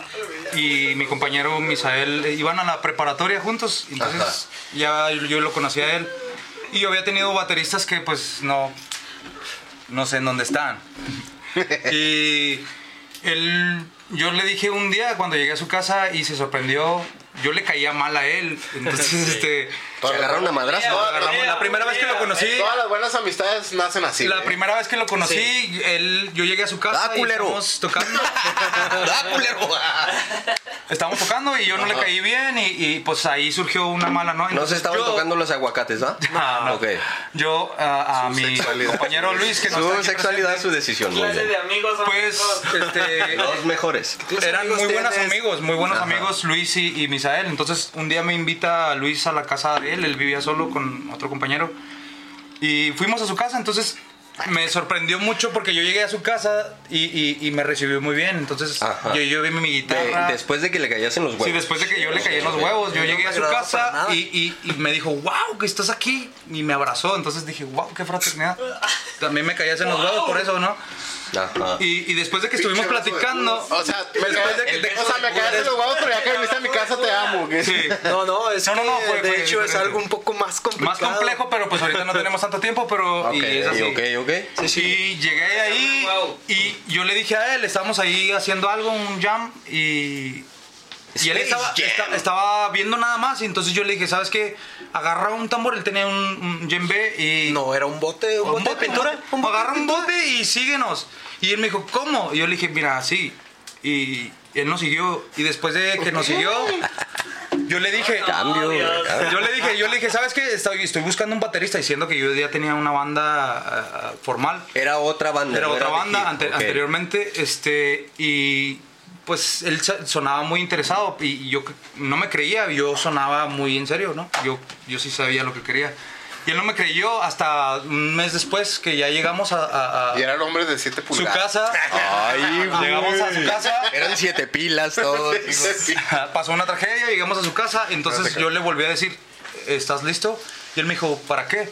E: y mi compañero Misael eh, iban a la preparatoria juntos. Entonces ya yo, yo lo conocía a él. Y yo había tenido bateristas que pues no. No sé en dónde están. y él. Yo le dije un día cuando llegué a su casa y se sorprendió. Yo le caía mal a él. Entonces, este.
A: Se agarraron a madrazo.
E: lo agarramos. La primera vez que lo conocí.
D: Todas las buenas amistades nacen así.
E: La
D: ¿eh?
E: primera vez que lo conocí, él, yo llegué a su casa
A: Ah,
E: y
A: culero.
E: estábamos tocando.
A: ¡Ah, culero!
E: estábamos tocando y yo no le caí bien y, y, pues ahí surgió una mala, ¿no?
A: No se
E: Entonces,
A: estaban
E: yo-
A: tocando los aguacates, ¿va?
E: No, no.
A: Ok.
E: Yo ah, a, a mi compañero Luis que no está
A: Su
E: aquí
A: sexualidad, su
E: presente,
A: decisión. Muy
H: Clases
A: bien.
H: de amigos son
E: pues este
A: Los mejores.
F: ¿Qué
E: eran
F: amigos
E: muy buenos
F: tienes?
E: amigos, muy buenos
A: Ajá.
E: amigos Luis y, y Misael. Entonces un día me invita a Luis a la casa de él, él vivía solo con otro compañero. Y fuimos a su casa, entonces me sorprendió mucho porque yo llegué a su casa y, y- y me recibió muy bien. Entonces
A: Ajá.
E: yo, yo vi mi
A: De-
E: guitarra.
A: Eh, después de que le callasen los huevos.
E: Sí, después de que yo le caí en los huevos, yo
F: No
E: llegué
F: me
E: a su
F: agradaba para
E: casa
F: nada.
E: y, y- y me dijo, wow, que estás aquí. Y me abrazó. Entonces dije, wow, qué fraternidad. También me caías en los huevos por eso, ¿no?
A: Ajá.
E: Y, y después de que estuvimos
B: Pinche brazo de
E: platicando,
D: O sea, me caes
E: de que-
D: de- o sea, me caes de los huevos, pero ya que viniste a mi casa te amo. güey.
E: sí,
F: No, no, es
E: No, no,
F: que,
E: no,
F: de
E: fue- fue
F: hecho es
E: diferente.
F: algo un poco más complicado.
E: más complejo, pero pues ahorita no tenemos tanto tiempo, pero y es así.
A: Ok, ok.
E: Sí, sí, llegué ahí y yo le dije a él, estábamos ahí haciendo algo, un jam, y, y él
A: Space
E: estaba,
A: Jam.
E: esta- estaba viendo nada más, y entonces yo le dije, ¿sabes qué? Agarra un tambor, él tenía un, un djembe y...
F: No, era un bote, un, bote, de pintura.
E: un bote. agarra un bote y síguenos. Y él me dijo, ¿cómo? Y yo le dije, mira, sí. Y él nos siguió, y después de que nos siguió, yo le dije...
A: Cambio, güey, cambio.
E: Yo le dije, yo le dije, ¿sabes qué? Estoy, estoy buscando un baterista diciendo que yo ya tenía una banda eh, formal.
A: Era otra banda.
E: Era
A: no
E: otra
A: de
E: banda
A: hit.
E: ante-
A: Ok.
E: anteriormente, este, y pues él sa- sonaba muy interesado y yo cre- no me creía, yo sonaba muy en serio, ¿no? Yo, yo sí sabía lo que quería. Y él no me creyó hasta un mes después que ya llegamos a, a- a
D: Y era el hombre de 7
E: su
D: pulgadas.
E: casa.
A: Ay, güey.
E: Llegamos a su casa.
A: Eran siete pilas todos.
E: Pasó una tragedia, llegamos a su casa, entonces yo le volví a decir, ¿estás listo? Y él me dijo, ¿para qué?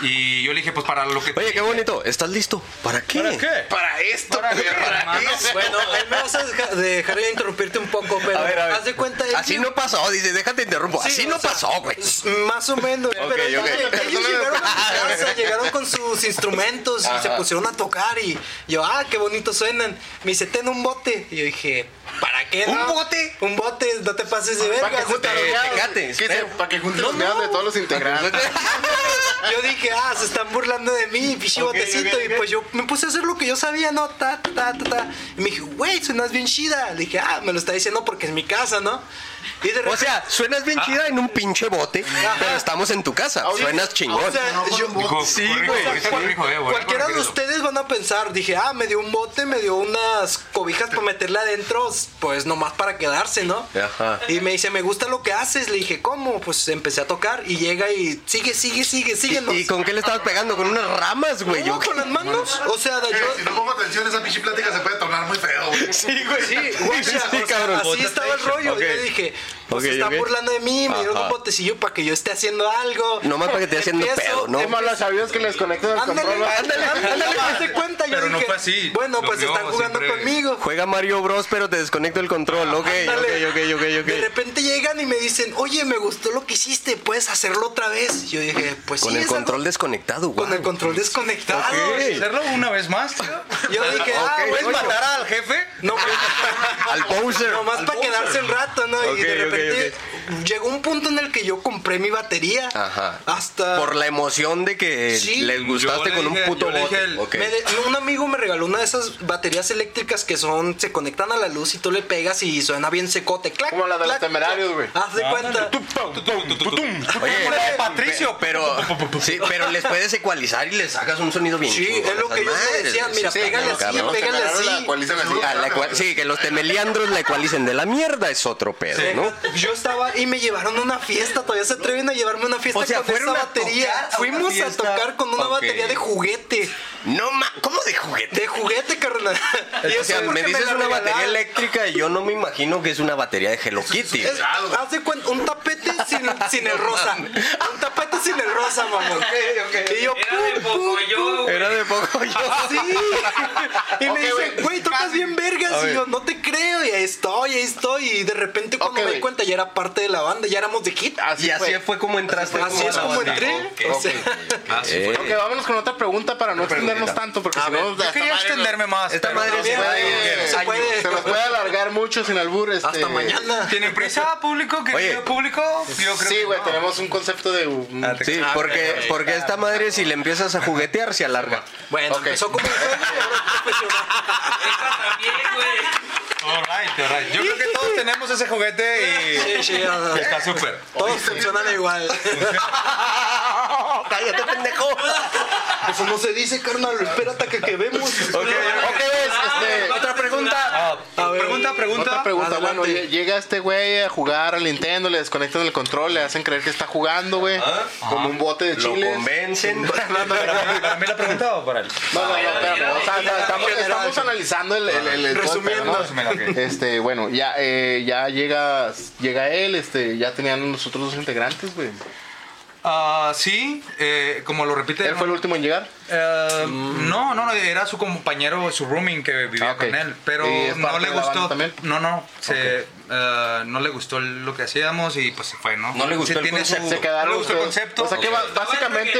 E: Y yo le dije, pues para lo que...
A: Oye, qué bonito. ¿Estás listo? ¿Para qué?
E: ¿Para qué?
D: Para esto,
E: ¿Para qué,
D: perra.
E: hermano?
F: Bueno, ahí me vas a deja- dejar de interrumpirte un poco, pero
A: A ver, a ver.
F: haz de cuenta de
A: Así
F: que-
A: no pasó, dice, déjate interrumpo.
F: Sí,
A: Pues Así
F: o
A: no
F: sea,
A: pasó, güey.
F: s- Más o menos. pero ellos,
D: ok.
F: ellos
D: Perdóname.
F: llegaron a mi casa, llegaron con sus instrumentos y se pusieron a tocar y yo, ah, qué bonito suenan. Me dice, ten un bote. Y yo dije, ¿para qué?
A: ¿Un
F: no?
A: bote? Ah,
F: Un bote, no te pases de
D: Para que
F: verga. se
D: junten
E: este,
F: está rodeado".
D: los
A: Tecate.
D: meados. ¿Qué
A: espero.
D: se- Para que junten los meados de todos los integrantes.
F: Yo dije, ah, se están burlando de mí, pichi botecito. Y pues yo me puse a hacer lo que yo sabía, ¿no? Ta, ta, ta, ta, ta. Y me dije, güey, suenas bien chida. Le dije, ah, me lo está diciendo porque es mi casa, ¿no? Y de
A: O
F: repente-
A: sea, suenas
E: Ah.
A: bien chida en un pinche bote, pero estamos en tu casa. Suenas chingón.
F: o sea, yo-
E: Dijo,
A: Sí,
E: "Corrijo,
A: güey,
E: corrijo, corrijo, eh, güey,
F: Cualquiera de
E: corrijo".
F: ustedes van a pensar, dije, ah, me dio un bote, me dio unas cobijas para meterla adentro, pues nomás para quedarse, ¿no?
A: Ajá.
F: Y me dice, me gusta lo que haces. Le dije, ¿cómo? Pues empecé a tocar y llega y sigue, sigue, sigue, síguenos.
A: ¿Y con qué le estabas pegando? Con unas ramas, güey.
F: No,
A: Yo-
F: con las manos? O sea, de-
B: Eh, Si
F: yo.
B: no pongo atención, esa pinche plática se puede tornar muy feo, güey.
A: Sí, güey.
F: Guacha, o sea, así estaba el rollo.
A: Ok.
F: Yo dije, pues
A: Ok,
F: se está
A: ok.
F: burlando de mí, me dieron
A: Ajá.
F: un botecillo para que yo esté haciendo algo.
A: Nomás para que te esté haciendo
F: Empiezo,
A: pedo, ¿no?
D: Qué malos sabidos que les conectan el
F: Ándale,
D: control. ¿no?
F: ándale, ándale, haz de cuenta. Yo
E: Pero no
F: dije,
E: fue así.
F: Bueno,
E: Lo
F: pues
E: vio
F: están jugando
E: siempre-
F: conmigo.
A: Juega Mario Bros, pero te desconecto el control. Ok,
F: Ándale.
A: ok, ok, ok, ok.
F: De repente llegan y me dicen, oye, me gustó lo que hiciste, puedes hacerlo otra vez. Yo dije, pues
A: Con
F: sí,
A: el
F: es algo-
A: control Ah, desconectado, güey.
F: con el control desconectado.
E: ¿Hacerlo una vez más, tío?
F: Yo dije, ah,
E: ¿Puedes
F: bueno,
E: matar al jefe?
F: no, pues,
A: Al poser.
F: Nomás para quedarse un rato, ¿no?
A: Ok,
F: y de
A: ok,
F: repente llegó un punto en el que yo compré mi batería.
A: Ajá.
F: Hasta.
A: Por la emoción de que
F: Sí.
A: les gustaste
E: Yo le
A: con un
E: dije-
A: puto
E: yo le dije
A: bote.
E: el-
A: Ok.
F: Me de- un amigo me regaló una de esas baterías eléctricas que son, se conectan a la luz y tú le pegas y suena bien secote, clac.
D: Como la de los
F: clac,
D: temerarios,
F: clac.
D: güey.
F: Haz
A: Ah,
F: de cuenta.
A: Oye,
E: Como la de Patricio,
A: pero sí, pero les puedes ecualizar y les sacas un sonido bien
F: Sí,
A: chingón
F: es
A: a
F: lo
A: esas
F: que ellos me
A: madres,
F: decían,
A: güey.
F: mira,
A: Sí,
F: pégale
A: cabrón,
F: así,
A: cabrón.
F: pégale
D: Temerario, la
F: así.
D: coalición así.
A: Ah, la ecua- sí, que los temeliandros la ecualicen de la mierda es otro pedo, ¿no?
F: Yo estaba y me llevaron a una fiesta. Todavía se atreven a llevarme a una fiesta
A: O sea,
F: con esa
A: fueron a
F: batería.
A: tocar a una
F: Fuimos a
A: fiesta.
F: tocar con una
A: Ok.
F: batería de juguete.
A: No ma, ¿cómo de juguete?
F: De juguete, carnal. Y
A: o
F: eso
A: sea,
F: porque
A: me dices
F: la
A: una batería
F: regalaron.
A: eléctrica y yo no me imagino que es una batería de Hello Kitty.
F: Es- haz de cuenta, un tapete sin, sin el rosa. Un tapete sin el rosa, mamón. Y yo,
H: Era de
F: pum, pum,
H: Pocoyo, güey.
A: Era de poco yo.
F: Sí. Y me dice, güey, tocas bien vergas. Y yo, no te creo. Y ahí estoy, ahí estoy. Y de repente, cuando
D: Ok,
F: me di
D: güey.
F: cuenta, ya era parte de la banda. Ya éramos de hit.
A: y así fue, como entraste.
F: Así
A: como
F: es
A: a Ah, la
F: como
A: banda.
F: entré. O sea,
A: Eh,
D: Ok, vámonos con otra pregunta para no extendernos tanto, porque si no.
E: Yo
D: hasta madre
E: quería
D: nos-
E: extenderme más.
A: Esta
E: pero-
A: madre
F: se
A: puede-
F: eh, se puede.
D: Se nos puede alargar mucho sin albur. Este...
F: Hasta mañana.
E: ¿Tienen prisa, público?
A: Oye.
E: ¿Querido público? Yo creo
D: Sí,
E: que
D: güey,
E: no. Ah,
D: tenemos un concepto de. un-
A: Sí, porque, porque esta madre si le empiezas a juguetear se alarga.
F: Bueno,
D: Ok.
F: empezó como un juego y ahora es profesional.
H: Esta también, güey.
E: All right, all right. Yo creo que todos tenemos ese juguete
F: Sí, sí, o sea,
E: y está súper.
F: Todos funcionan igual.
A: ¡Cállate, pendejo!
F: Eso no se dice, carnal. Espérate a que quedemos.
D: Ok, es, este,
A: Otra pregunta.
F: A ver.
E: Ah, pregunta, Ah, pregunta.
D: Otra pregunta,
F: Adelante.
D: bueno, lle- llega este güey a jugar al Nintendo, le desconectan el control, le hacen creer que está jugando, güey. Como un bote de
A: Lo
D: chiles.
A: convencen.
E: ¿Para, para mí la pregunta o para él?
D: No, no, no, espérame, o sea, estamos- estamos analizando el, el, el- el-
F: Resumiendo.
D: todo el pedo, ¿no? Este, bueno, ya, eh, ya llega, llega él, este, ya tenían los otros dos integrantes, güey.
E: Ah, sí, eh, como lo repite.
D: ¿Él fue el último en llegar?
E: Eh, no, no, no, era su compañero, su rooming que vivía
D: Mm. Ah, ok.
E: con él, pero
D: ¿Y es
E: no
D: parte
E: le
D: de la banda
E: gustó.
D: también?
E: No, no, se, eh, no le gustó lo que hacíamos y pues se fue, ¿no?
A: No le gustó
E: Sí,
A: el
E: tiene su-
A: concepto.
D: Se quedaron
E: No le gustó el
D: ustedes.
E: concepto.
D: O sea que
A: Ok.
D: ba- básicamente...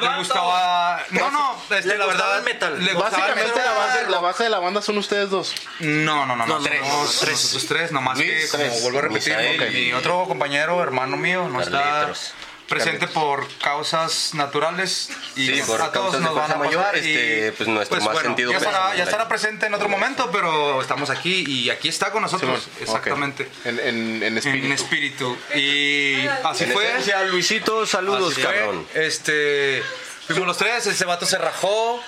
E: Le gustaba. No, no, este,
F: Le
E: la
F: gustaba
E: verdad.
F: el metal.
E: le gustaba el
D: Básicamente la
E: metal.
D: base, la base de la banda son ustedes dos.
E: No, no, no, no.
F: No, tres.
E: somos Nosotros tres, nomás
A: Luis,
E: que, como
A: tres.
E: vuelvo a repetir,
A: Misael
E: mi
A: y-
E: otro compañero, hermano mío, no está
A: Carlitos.
E: presente por causas naturales y
A: Sí, por
E: a todos
A: causas de
E: nos van
A: fuerza
E: a
A: mayor,
E: pasar. y,
A: este, pues, nuestro más sentido
E: ya estará,
A: pésame.
E: ya estará presente en otro momento, pero estamos aquí y aquí está con nosotros,
D: Ok.
E: exactamente.
D: En, en, en espíritu.
E: En espíritu. Y así
A: En
E: fue.
A: esencia, Luisito, saludos,
E: Así fue.
A: cabrón.
E: Este, fuimos los tres, ese vato se rajó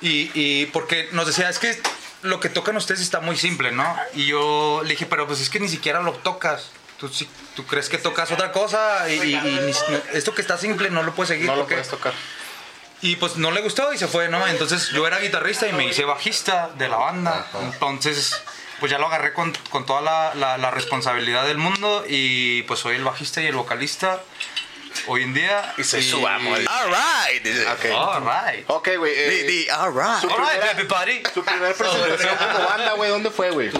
E: y, y porque nos decía, es que lo que tocan ustedes está muy simple, ¿no? Y yo le dije, pero pues es que ni siquiera lo tocas. Tú, sí- tú crees que tocas otra cosa y, y- y ni si- no, esto que está simple no lo puedes seguir.
D: No lo
E: porque-".
D: puedes tocar.
E: Y pues no le gustó y se fue, ¿no? Entonces yo era guitarrista y me hice bajista de la banda. Entonces pues ya lo agarré con, con toda la, la- la responsabilidad del mundo y pues soy el bajista y el vocalista hoy en día. Y soy su amo.
A: All right, dice.
E: All right.
D: Ok, güey. eh,
A: Di- di, all right.
E: All right, everybody.
D: Su primera presentación como banda, güey, ¿dónde fue, güey?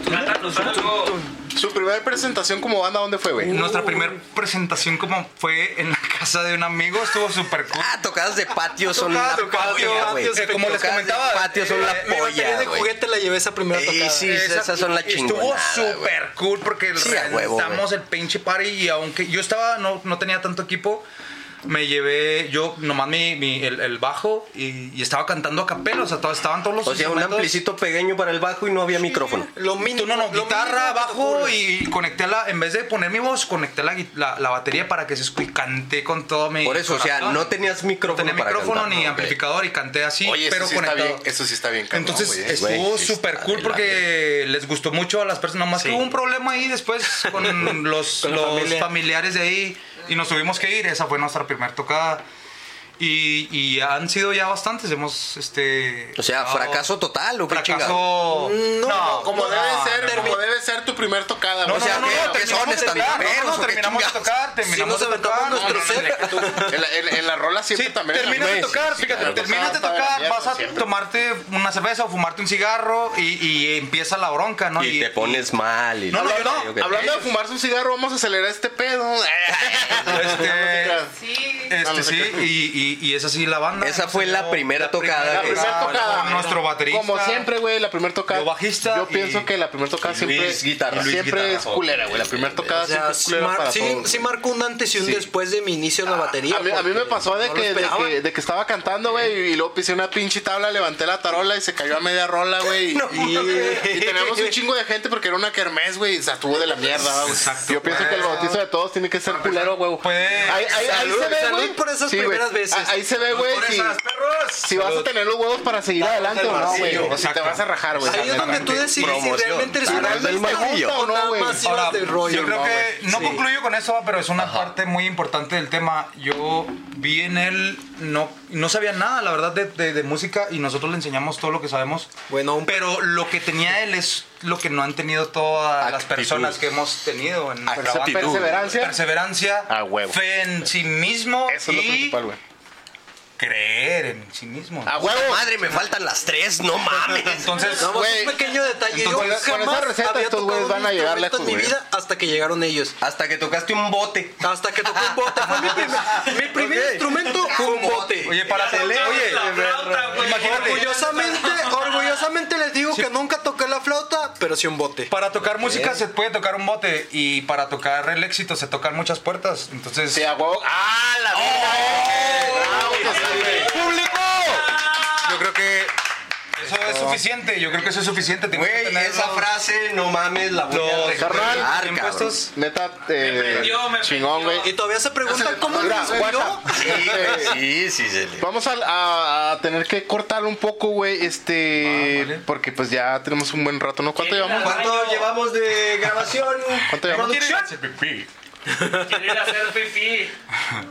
D: Su primera presentación como banda, ¿dónde fue, güey?
E: Nuestra primera presentación como fue en la casa de un amigo, estuvo súper cool.
A: Ah, tocadas de patio son la
E: Tocadas de
A: polla, güey.
E: patio, eh, como les
A: Tocadas de
E: comentaba,
A: patio son la
E: eh,
F: Mi batería
A: polla,
F: de
A: güey.
F: juguete la llevé esa primera
A: Y
F: tocada.
A: sí, esas son la
E: Estuvo
A: chingonada,
E: súper cool porque el
A: Sí, a huevo,
E: reventamos el pinche party y aunque yo estaba, no, no tenía tanto equipo, me llevé yo nomás mi, mi- el, el bajo y, y estaba cantando a capela, o sea, todo- estaban todos
A: O
E: los
A: sea, un
E: instrumentos.
A: amplicito pequeño para el bajo y no había micrófono.
F: Lo mínimo.
E: Tú no, no,
F: lo
E: guitarra,
F: mínimo que te
E: bajo
F: ocurra.
E: y conecté la, en vez de poner mi voz, conecté la, gui- la, la batería para que se escu- canté con todo mi
A: Por eso, o sea,
E: corazón.
A: no tenías
E: No
A: micrófono
E: tenía
A: para
E: micrófono
A: cantar,
E: ni
A: ¿no? Ok.
E: amplificador y canté así,
D: Oye, eso
E: pero
D: sí está
E: conectado.
D: bien, eso sí está bien, cabrón,
E: Entonces
D: güey, eh.
E: estuvo
A: Güey, sí
E: súper
A: está
E: cool
A: de
E: porque les gustó mucho a las personas. Nomás que hubo un problema ahí después con los,
F: Con la
E: los
F: familia.
E: familiares de ahí y nos tuvimos que ir. Esa fue nuestra primera tocada. Y, y han sido ya bastantes. Hemos, este.
A: O sea,
E: tocado-
A: fracaso total, ¿o qué chingado?
E: Fracaso.
F: No,
D: Como
E: no,
D: debe ser,
E: no,
D: como debe ser tu primer tocada,
E: no,
D: güey.
E: no,
A: O sea,
E: no,
A: ¿qué-
E: no,
A: qué
E: terminamos
A: son?
E: de
A: ¿Están
E: tocar, no,
A: enfermos o qué
E: terminamos de
A: chingados?
E: tocar, terminamos
F: nos
E: de
F: aventamos
E: tocar.
F: nuestro
E: no, no, no,
F: set.
E: no, no, no, no,
D: En la, en- en la rola siempre
E: Sí,
D: también.
E: terminas de
D: Güey,
E: tocar,
D: sí,
E: fíjate,
D: claro,
E: terminas de
D: estaba
E: tocar,
D: mierda
E: vas a
D: siempre.
E: tomarte una cerveza o fumarte un cigarro y, y empieza la bronca, ¿no?
A: Y te pones mal. Y
E: No, no, yo no.
A: Ok, ok.
D: Hablando de fumarse un cigarro, vamos a acelerar este pedo.
E: Este,
G: Sí.
D: Ah, no
E: este
D: sé
E: sí,
D: qué.
E: y, y, y es así la banda.
A: Esa
E: Nos
A: fue la
E: salió
A: primera tocada
E: primera
A: que-
E: vez
A: La
D: primera tocada.
E: Con nuestro baterista.
D: Como siempre, güey, la primera tocada.
E: Yo bajista
D: Yo
E: y-
D: pienso que la primera tocada
A: y
D: siempre.
A: Luis guitarra.
D: Siempre
A: Luis
D: es
A: guitarra.
D: culera, güey. La primera tocada
F: O sea,
D: siempre es
F: sí,
D: culera
F: mar-
D: para
F: sí,
D: todos.
F: sí marcó un antes y un
D: Sí.
F: después de mi inicio en la batería.
D: A mí, a mí me
F: porque
D: pasó de,
F: no lo
D: que, de,
F: esperaba.
D: que, de que estaba cantando, güey, y luego pisé una pinche tabla, levanté la tarola y se cayó a media rola, güey. y, y teníamos un chingo de gente porque era una kermés, güey, y se estuvo de la mierda, güey.
E: Exacto.
D: Yo pienso que el bautizo de todos tiene que ser culero, güey.
E: Pues,
D: ahí, ahí- ahí
F: salud,
D: se ve,
F: salud
D: güey.
F: por esas
D: güey.
F: primeras veces.
D: Ah, Ahí se ve, güey,
E: Por
D: si,
E: esas, perros.
D: si vas a tener los huevos para seguir adelante o no, güey.
E: vacío,
D: Si te
E: exacto.
D: vas a rajar, güey.
F: Ahí es donde tú decides si
A: Promoción.
F: realmente eres un
A: Taras
D: del
F: realmente
D: Majillo.
F: gusta o
D: No,
F: nada
D: güey.
F: más
E: Ahora,
F: ibas de rollo.
E: yo creo
D: no,
E: que
D: güey.
E: no
F: Sí.
E: concluyo con eso, pero es una parte muy importante del tema. Yo vi en él, no, no sabía nada, la verdad, de, de- de música y nosotros le enseñamos todo lo que sabemos.
F: Bueno, un-
E: pero lo que tenía él es lo que no han tenido todas las
A: Actitud.
E: personas que hemos tenido en nuestra
D: Perse-
E: banda.
D: Perseverancia.
E: Perseverancia,
D: A huevo.
E: fe en sí mismo
D: Eso es lo
E: y
D: principal, güey.
E: creer en sí mismo.
D: A huevo.
A: Madre, me faltan las tres, no mames.
E: Entonces,
F: Nada más
D: Güey.
F: un pequeño detalle.
D: Entonces,
F: yo
D: con esa
F: jamás
D: receta
F: había
D: estos güeyes
F: tocado un
D: van a llegar
F: instrumento
D: lejos,
F: en mi
D: güey.
F: vida hasta que llegaron ellos.
A: Hasta que tocaste un bote.
F: Hasta que tocó un bote. Fue mi primer, mi primer instrumento fue un bote.
E: oye, para
H: La
E: tele,
H: flauta,
E: oye,
H: la flauta, güey.
E: imagínate.
F: Orgullosamente, orgullosamente les digo que nunca toqué la flauta, pero sí un bote.
E: Para tocar música se puede tocar un bote y para tocar el éxito se tocan muchas puertas. Entonces,
D: Sí, a huevo. ¡Ah, la vida!
E: yo creo que eso es suficiente. Yo creo que eso es suficiente. Tienes que
A: Güey,
E: tener
A: esa
E: los-
A: frase, no mames, la voy a
E: los
A: regalar,
D: carnal,
A: cabrón.
E: impuestos.
D: Neta, eh,
H: prendió, me
D: chingón, güey.
H: prendió.
F: Y todavía se preguntan cómo
D: Mira,
F: nos
D: guacha. Eh,
A: Sí, sí, se le-
D: Vamos a, a- a tener que cortar un poco, güey, este,
E: Ah, vale.
D: porque pues ya tenemos un buen rato, ¿no? ¿Cuánto llevamos?
A: ¿Cuánto llevamos de grabación?
D: ¿Cuánto
E: ¿No
D: llevamos?
H: Quiero
E: quieren?
H: ir a hacer pipí.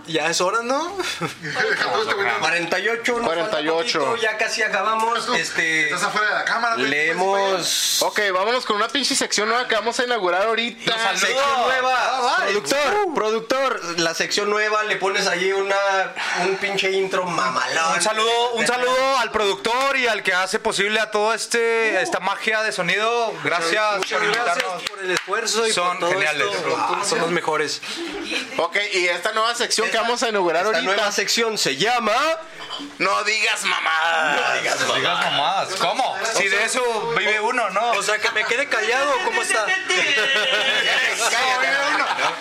F: Ya es hora, ¿no?
B: Dejando este güey.
A: 48, nos falta
D: 48.
A: poquito, ya casi acabamos.
B: Tú
A: Este,
B: Estás afuera de la cámara, güey.
A: leemos.
D: Ok, vámonos con una pinche sección nueva que vamos a inaugurar ahorita.
A: Sección nueva.
D: Ah, vale.
A: productor, productor, la sección nueva le pones allí una un pinche intro mamalón.
E: Un saludo, un saludo al productor y al que hace posible a todo este esta magia de sonido. Gracias
F: Muchas
E: por
F: gracias
E: invitarnos.
F: por el esfuerzo y
E: Son
F: por todo
E: geniales.
F: esto. Ah, son los mejores.
D: Ok, y esta nueva sección que vamos a inaugurar
A: Esta
D: ahorita.
A: nueva sección se llama
D: No digas mamá.
E: No digas nomás. ¿Cómo? Si de eso vive uno, ¿no?
F: O sea, que me quede callado, ¿cómo está?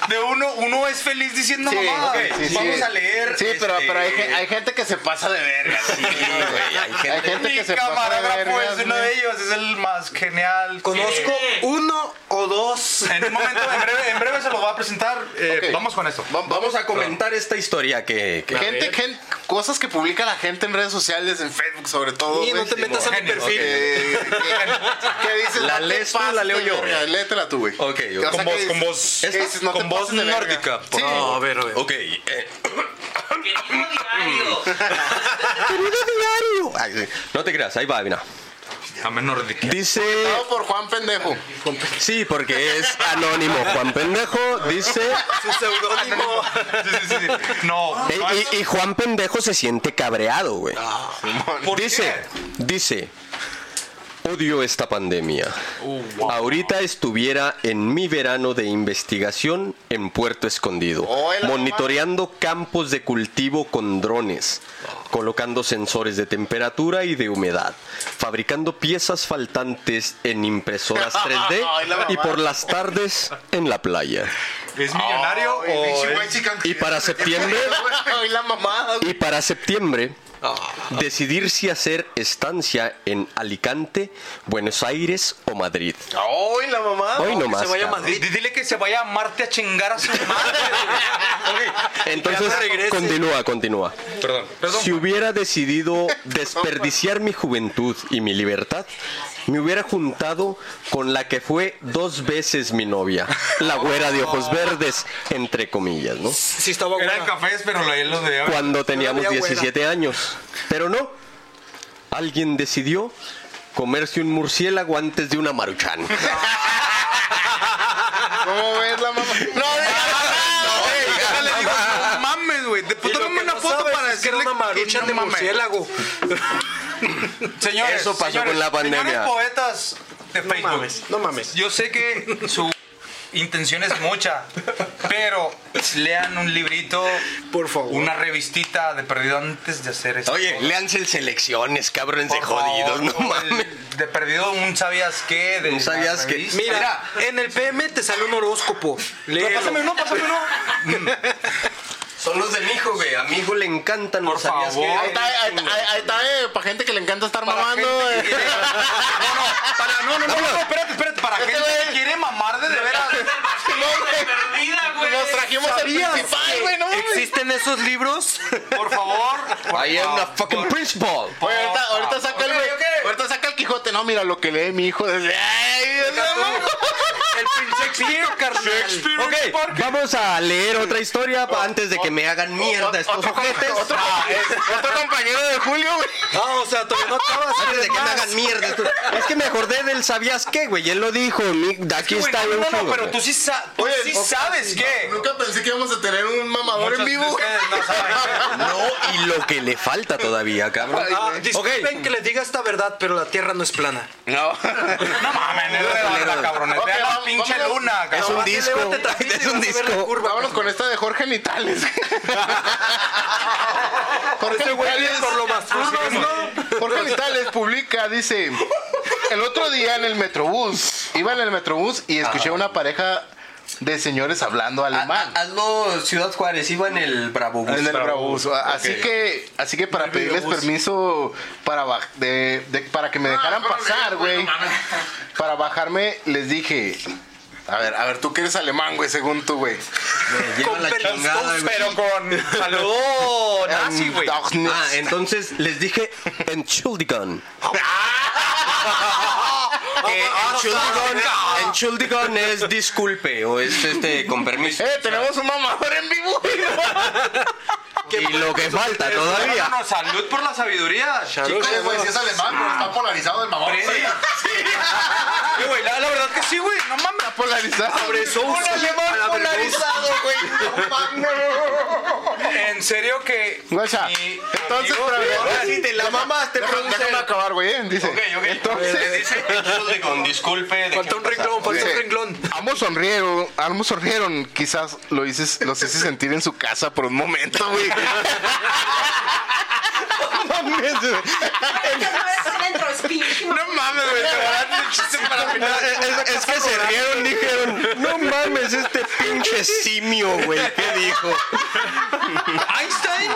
E: De uno, uno es feliz diciendo
D: Sí,
E: mamá.
D: ok, sí, sí.
A: Vamos a leer.
D: Sí, pero,
A: este,
D: pero hay, gen- hay gente que se pasa de verga.
A: Sí, güey, hay gente-
D: Hay gente que
E: Mi
D: se pasa de
E: camarógrafo
D: verga.
E: es uno de ellos, es el más genial.
F: Conozco uno o dos.
E: En un momento, en breve, en breve se lo va a presentar. Eh,
D: Ok.
E: Vamos con esto.
A: Vamos a comentar esta historia que, que-
D: Gente, gen- cosas que publica la gente en redes sociales, en Facebook sobre todo.
F: Y no
D: güey.
F: te metas a mi
E: Genios,
F: perfil.
D: Eh, ¿Qué qué dices?
A: ¿La
D: No te
A: lees tú o
D: pases
A: la leo
D: de
A: yo?
D: verga. Léetela tú, güey.
A: Ok, ok.
D: O sea,
A: Con
D: ¿qué
E: voz,
D: dices?
E: con voz.
D: ¿Qué dices? No te
A: con voz
D: pases de verga.
A: nórdica. por
D: Sí.
A: favor.
F: a ver, a ver.
A: Ok. eh,
H: Querido diario.
A: ay, güey, no te creas, ahí va, mira.
E: A menor de que.
A: Dice.
D: Dado por Juan Pendejo.
A: Sí, porque es anónimo. Juan Pendejo dice.
F: Su seudónimo.
E: Sí, sí, sí. No.
A: Eh, y, y Juan Pendejo se siente cabreado, güey.
D: Ah,
A: dice, dice, odio esta pandemia.
D: Uh,
A: Ahorita estuviera en mi verano de investigación en Puerto Escondido,
D: Hola,
A: monitoreando campos de cultivo con drones, colocando sensores de temperatura y de humedad, fabricando piezas faltantes en impresoras 3D
D: Ay, la
A: y
D: mamá.
A: por las tardes en la playa.
E: ¿Es millonario
B: Ay,
E: o.?
B: pinche
E: es-
B: güey, chica,
A: Y para septiembre...
D: Ay, la mamada. güey.
A: Y para septiembre,
F: Ah.
A: decidir si hacer estancia en Alicante, Buenos Aires o Madrid.
D: Ay, la mamada.
A: Hoy no
F: que
A: más.
F: se vaya a
A: cabrón.
F: Madrid.
E: Di- Dile que se vaya a Marte a chingar a su madre.
A: Entonces,
F: Ya no regrese.
A: continúa, continúa.
E: Perdón, perdón.
A: Si hubiera decidido desperdiciar mi juventud y mi libertad, me hubiera juntado con la que fue dos veces mi novia, la güera de ojos verdes, entre comillas, ¿no?
F: Sí, estaba
E: Eran
F: buena.
E: cafés, pero la él los de.
A: cuando teníamos
F: Todavía güera.
A: 17 años. Pero no, alguien decidió comerse un murciélago antes de una maruchan.
D: ¿Cómo ves la mamada? No,
E: Ahora le digo, no mames, güey. De- pues,
F: Y lo
E: Tómame
F: que
E: una
F: no
E: foto
F: sabes
E: para
F: es que era
E: decirle
F: una marucha
E: no
F: de
E: mames.
F: murciélago.
E: Señores,
A: Eso pasó con
E: señores,
A: la pandemia.
E: Señores poetas de
F: No
E: Facebook.
F: mames, no mames.
E: Yo sé que su intención es mucha, pero lean un librito,
F: Por favor.
E: una revistita de perdido antes de hacer esto.
A: Oye, leanse el selecciones, cabrones de
E: Por favor,
A: jodidos, no
E: como el
A: mames.
E: De perdido un sabías qué. De
A: Un sabías qué.
E: revista.
F: Mira, en el PM te sale un horóscopo.
E: Pero
F: Léelo.
E: pásame uno, pásame uno.
A: Son los de mi hijo, güey. A mi hijo le encantan
E: Por
A: los sabías
E: favor.
A: qué?
D: Ahí está, ahí, ahí- ahí está, eh, para gente que le encanta estar
E: Para
D: mamando.
E: gente
D: eh.
E: que quiere- No, no, para, no, no, no, no, espérate, espérate, para
D: Este
E: gente que
D: güey-
E: quiere mamar de, de veras.
H: Perdida, güey.
D: Nos trajimos al
F: ¿Sabías
D: principal,
F: que
D: güey, no mames.
F: ¿Existen esos libros?
E: Por favor. por
A: I am
E: favor.
A: the fucking principal.
D: Oye, ahorita, ahorita saca el
E: Ok,
D: güey.
E: ok.
D: Ahorita saca el Quijote. No, mira lo que lee mi hijo. Desde, ay, no mames.
F: El Shakespeare, carnal.
A: Ok, vamos a leer otra historia pa- antes de que me hagan mierda estos
D: otro,
A: ojetes. Ah,
D: otro- otro compañero de Julio, güey.
F: Ah, o sea, todavía no acabas.
A: Antes
F: quieres
A: de que me
F: más.
A: hagan mierda. estos- Es que me acordé del sabías qué, güey. Él lo dijo. mi- de Aquí
E: Güey,
A: está
E: no,
A: bien
E: no, no,
A: chido,
E: pero
A: güey.
E: tú sí, sa- tú
D: Oye,
E: sí
D: ok,
E: sabes qué.
D: Nunca pensé que íbamos a tener un mamador en vivo. güey.
E: No saben.
A: No, y lo que le falta todavía, cabrón.
F: Ah, disculpen que les diga esta verdad, pero la Tierra no es plana.
E: No mames, no es verdad, cabrones.
D: Ok,
E: Vean la
D: vamos,
E: pinche
D: vámonos.
E: luna,
A: Es un
E: cabrón.
A: disco.
F: Llévate tantito y
A: Es un
F: vas a ver la
A: disco.
F: curva.
D: Vámonos con esta de Jorge Nitales. Jorge
F: Este güey
D: Nitales.
F: por lo más turbas, ¿no?
D: Jorge Vitales publica, dice, el otro día en el Metrobús, iba en el Metrobús y escuché una pareja de señores hablando alemán.
F: Ah,
A: Hazlo Ciudad Juárez, iba en el Bravo
D: en el Metrobús.
F: ah,
D: Así que, así que para pedirles permiso para baj- de- de- para
F: Ah,
D: que me dejaran pasar, güey. Para bajarme les dije, a ver, a ver, tú que eres alemán, güey, según tú, güey.
A: Lleva la chingada, güey. Mm.
E: Pero con saludo
F: Ah,
E: nazi, güey.
D: Doch nicht.
A: Ah, entonces les dije Entschuldigung. Que Entschuldigung, Entschuldigung es disculpe o es este con permiso.
D: ¡Eh, tenemos un mamador en vivo!
A: Y lo que falta
E: No,
A: todavía.
E: no, salud por la sabiduría.
B: Chicos, güey, si es alemán, pero está polarizado el mamón.
E: Aprende. Sí, güey, la, la verdad que sí, güey. No mames.
D: Polarizado.
E: polarizado, güey. En serio que.
D: Guacha,
E: mi
D: entonces,
E: amigo-
D: para ver.
A: Ahora sí te la mamaste,
D: Déjame,
A: producer.
D: déjame acabar, güey. eh, Dice.
A: Ok, ok.
D: Entonces,
A: Dice Entschuldigung, disculpe. de
F: Falta un
A: que-
F: renglón, falta un
D: Dice,
F: renglón.
D: Ambos sonrieron, ambos sonrieron. Quizás lo hice, los hice sentir en su casa por un momento, güey. No mames, güey. No mames, güey.
A: Es, es que se rieron, dijeron, no mames, este pinche simio, güey, ¿qué dijo?
E: Einstein.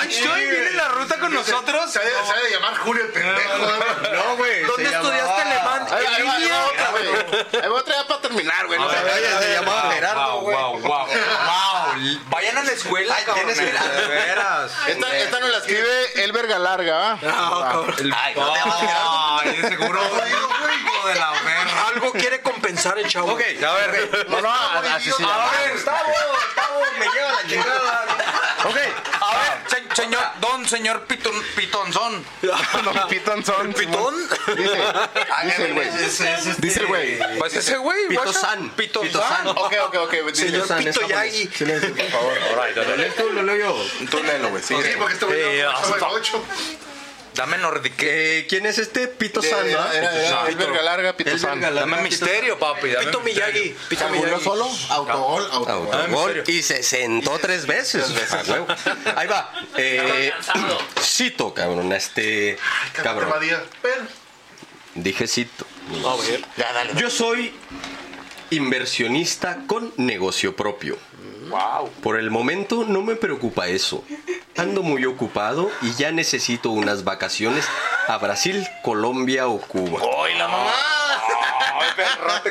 E: Einstein viene en la ruta con nosotros.
B: Se ha de, se ha de llamar Julio el pendejo. güey.
A: No, güey.
F: ¿Dónde
A: se llamaba-
F: estudiaste alemán?
D: Ahí va, ahí va, ahí va
F: ¿En
D: otra, güey. Ahí va otra ya para terminar, güey. No se
A: Oye,
D: vayan.
A: se llamaba Gerardo,
E: Wow,
A: güey.
E: wow, wow, wow. Vayan a la escuela,
A: Ay,
E: cabrones.
A: tienes que-
E: De veras.
D: Esta, esta nos la escribe El Verga Larga, ¿va?
A: Ay, no te llamas Gerardo.
E: Ay, de seguro. Hijo de la perra.
F: Algo quiere compensar el chavo.
E: Ok, a ver.
D: No, no, así se
E: A
D: llama.
E: ver,
A: Gustavo, Gustavo, me lleva la chingada.
D: Ok.
E: a ver, se- señor, don, señor Pitón, Pitonzón.
D: No, Pitón son.
F: ¿Pitón?
D: Dice, dice el güey. Dice el güey.
E: Pues ese güey,
A: Eh, Pito
E: guacha.
A: San.
E: Pito
A: Pito
E: San.
A: San.
D: Ok, ok, ok. Dice,
F: Señor
A: San,
F: Pito
A: es
F: Yagi.
D: por favor. Lo lees tú, lo leo yo. Tú léelo, güey. Sí,
B: Sí, porque este güey
E: Eh,
B: no sabe ocho.
E: Dame nordique.
A: Eh, ¿Quién es este Pito San?
D: Era, era, era El Verga Larga, Pito San.
E: Dame misterio, papi. Dame
F: Pito Miyagi. Pito
D: ¿Calculó
F: Miyagi.
D: solo?
B: Autogol, autogol.
A: Autogol y se sentó tres veces. a huevo. Ahí va. Eh,
H: Cansado.
A: cito, cabrón, a este
B: Cabrón.
A: cabrón. Dije cito.
F: A ver.
D: Ya, dale.
A: Yo soy inversionista con negocio propio. Por el momento no me preocupa eso. Ando muy ocupado y ya necesito unas vacaciones a Brasil, Colombia o Cuba.
D: Oh,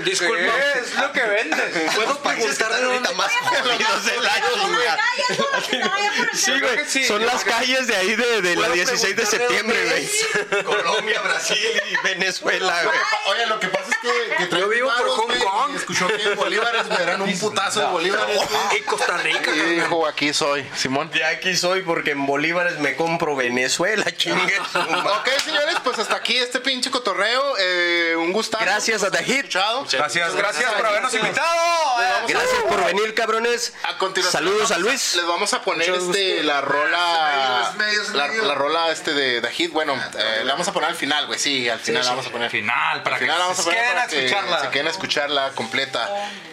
E: Disculpa. Es lo que vendes.
A: Puedo preguntar ahorita más jodidos del año, güey. Sí,
E: Creo
A: güey.
E: que sí,
A: Son
E: yo
A: las
E: creo
A: calles de ahí de, de la 16 de septiembre, güey. Colombia, Brasil y Venezuela, güey.
B: Oye, lo que pasa es que, que trae
F: Yo vivo por
B: varos,
F: Hong
B: güey,
F: Kong.
B: y Escuchó que en Bolívares me darán un putazo de Bolívares. güey.
F: Y Costa Rica,
D: Y
F: cabrón.
D: dijo, aquí soy, Simón.
A: De aquí soy porque en bolívares me compro Venezuela, chingue. su madre.
D: Ok, señores, pues hasta aquí este pinche cotorreo. Eh, un gustazo.
A: Gracias a The Hit.
D: Escuchado.
E: Gracias, gracias por habernos invitado.
A: Gracias por venir, cabrones.
D: A continuación.
A: Saludos a Luis.
D: Les vamos a poner este, la rola.
B: Es medio, es medio, es
D: La,
B: medio.
D: la rola este de The Hit. Bueno,
E: Ah,
D: eh, la vamos a poner al final, güey. Sí, al final la vamos a poner.
E: Final, para
D: Al final la
E: que
D: vamos a
E: se
D: poner
E: queden a
D: para que se
E: escucharla.
D: queden a escucharla completa.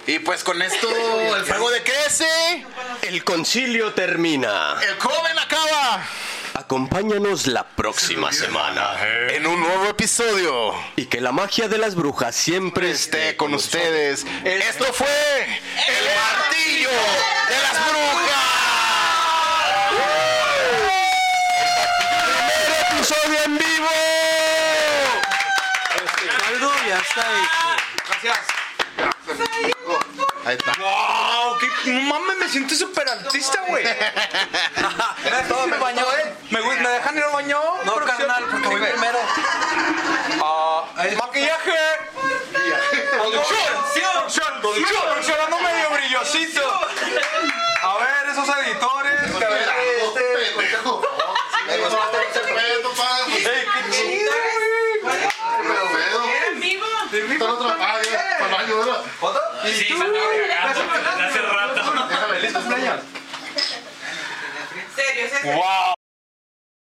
D: Y pues con esto, el fuego decrece,
A: El concilio termina.
D: el joven acaba
A: Acompáñanos la próxima semana.
D: en un nuevo episodio.
A: Y que la magia de las brujas siempre
D: Esté Este, con ustedes. Esto fue el martillo de las brujas. Primer episodio en vivo.
F: Este caldo ya está hecho.
E: Gracias.
D: Ahí está.
E: Wow, qué no mames, me siento súper artista, güey. Todo me bañó, eh. Me, gu- me dejan ir al baño.
F: No, carnal, porque voy primero.
E: Maquillaje. Producción, producción, producción, producción, ando medio brillosito. A ver, esos editores. A ver, este.
B: Pendejo. Me gusta este pedo, pa.
E: Ey, qué chido, güey.
B: Pero pedo. Está el otro. Ah, ya, para el baño, ¿verdad?
H: Sí, se andaba cagando desde hace rato.
E: Déjame, listos, playa.
G: serio,
E: Wow.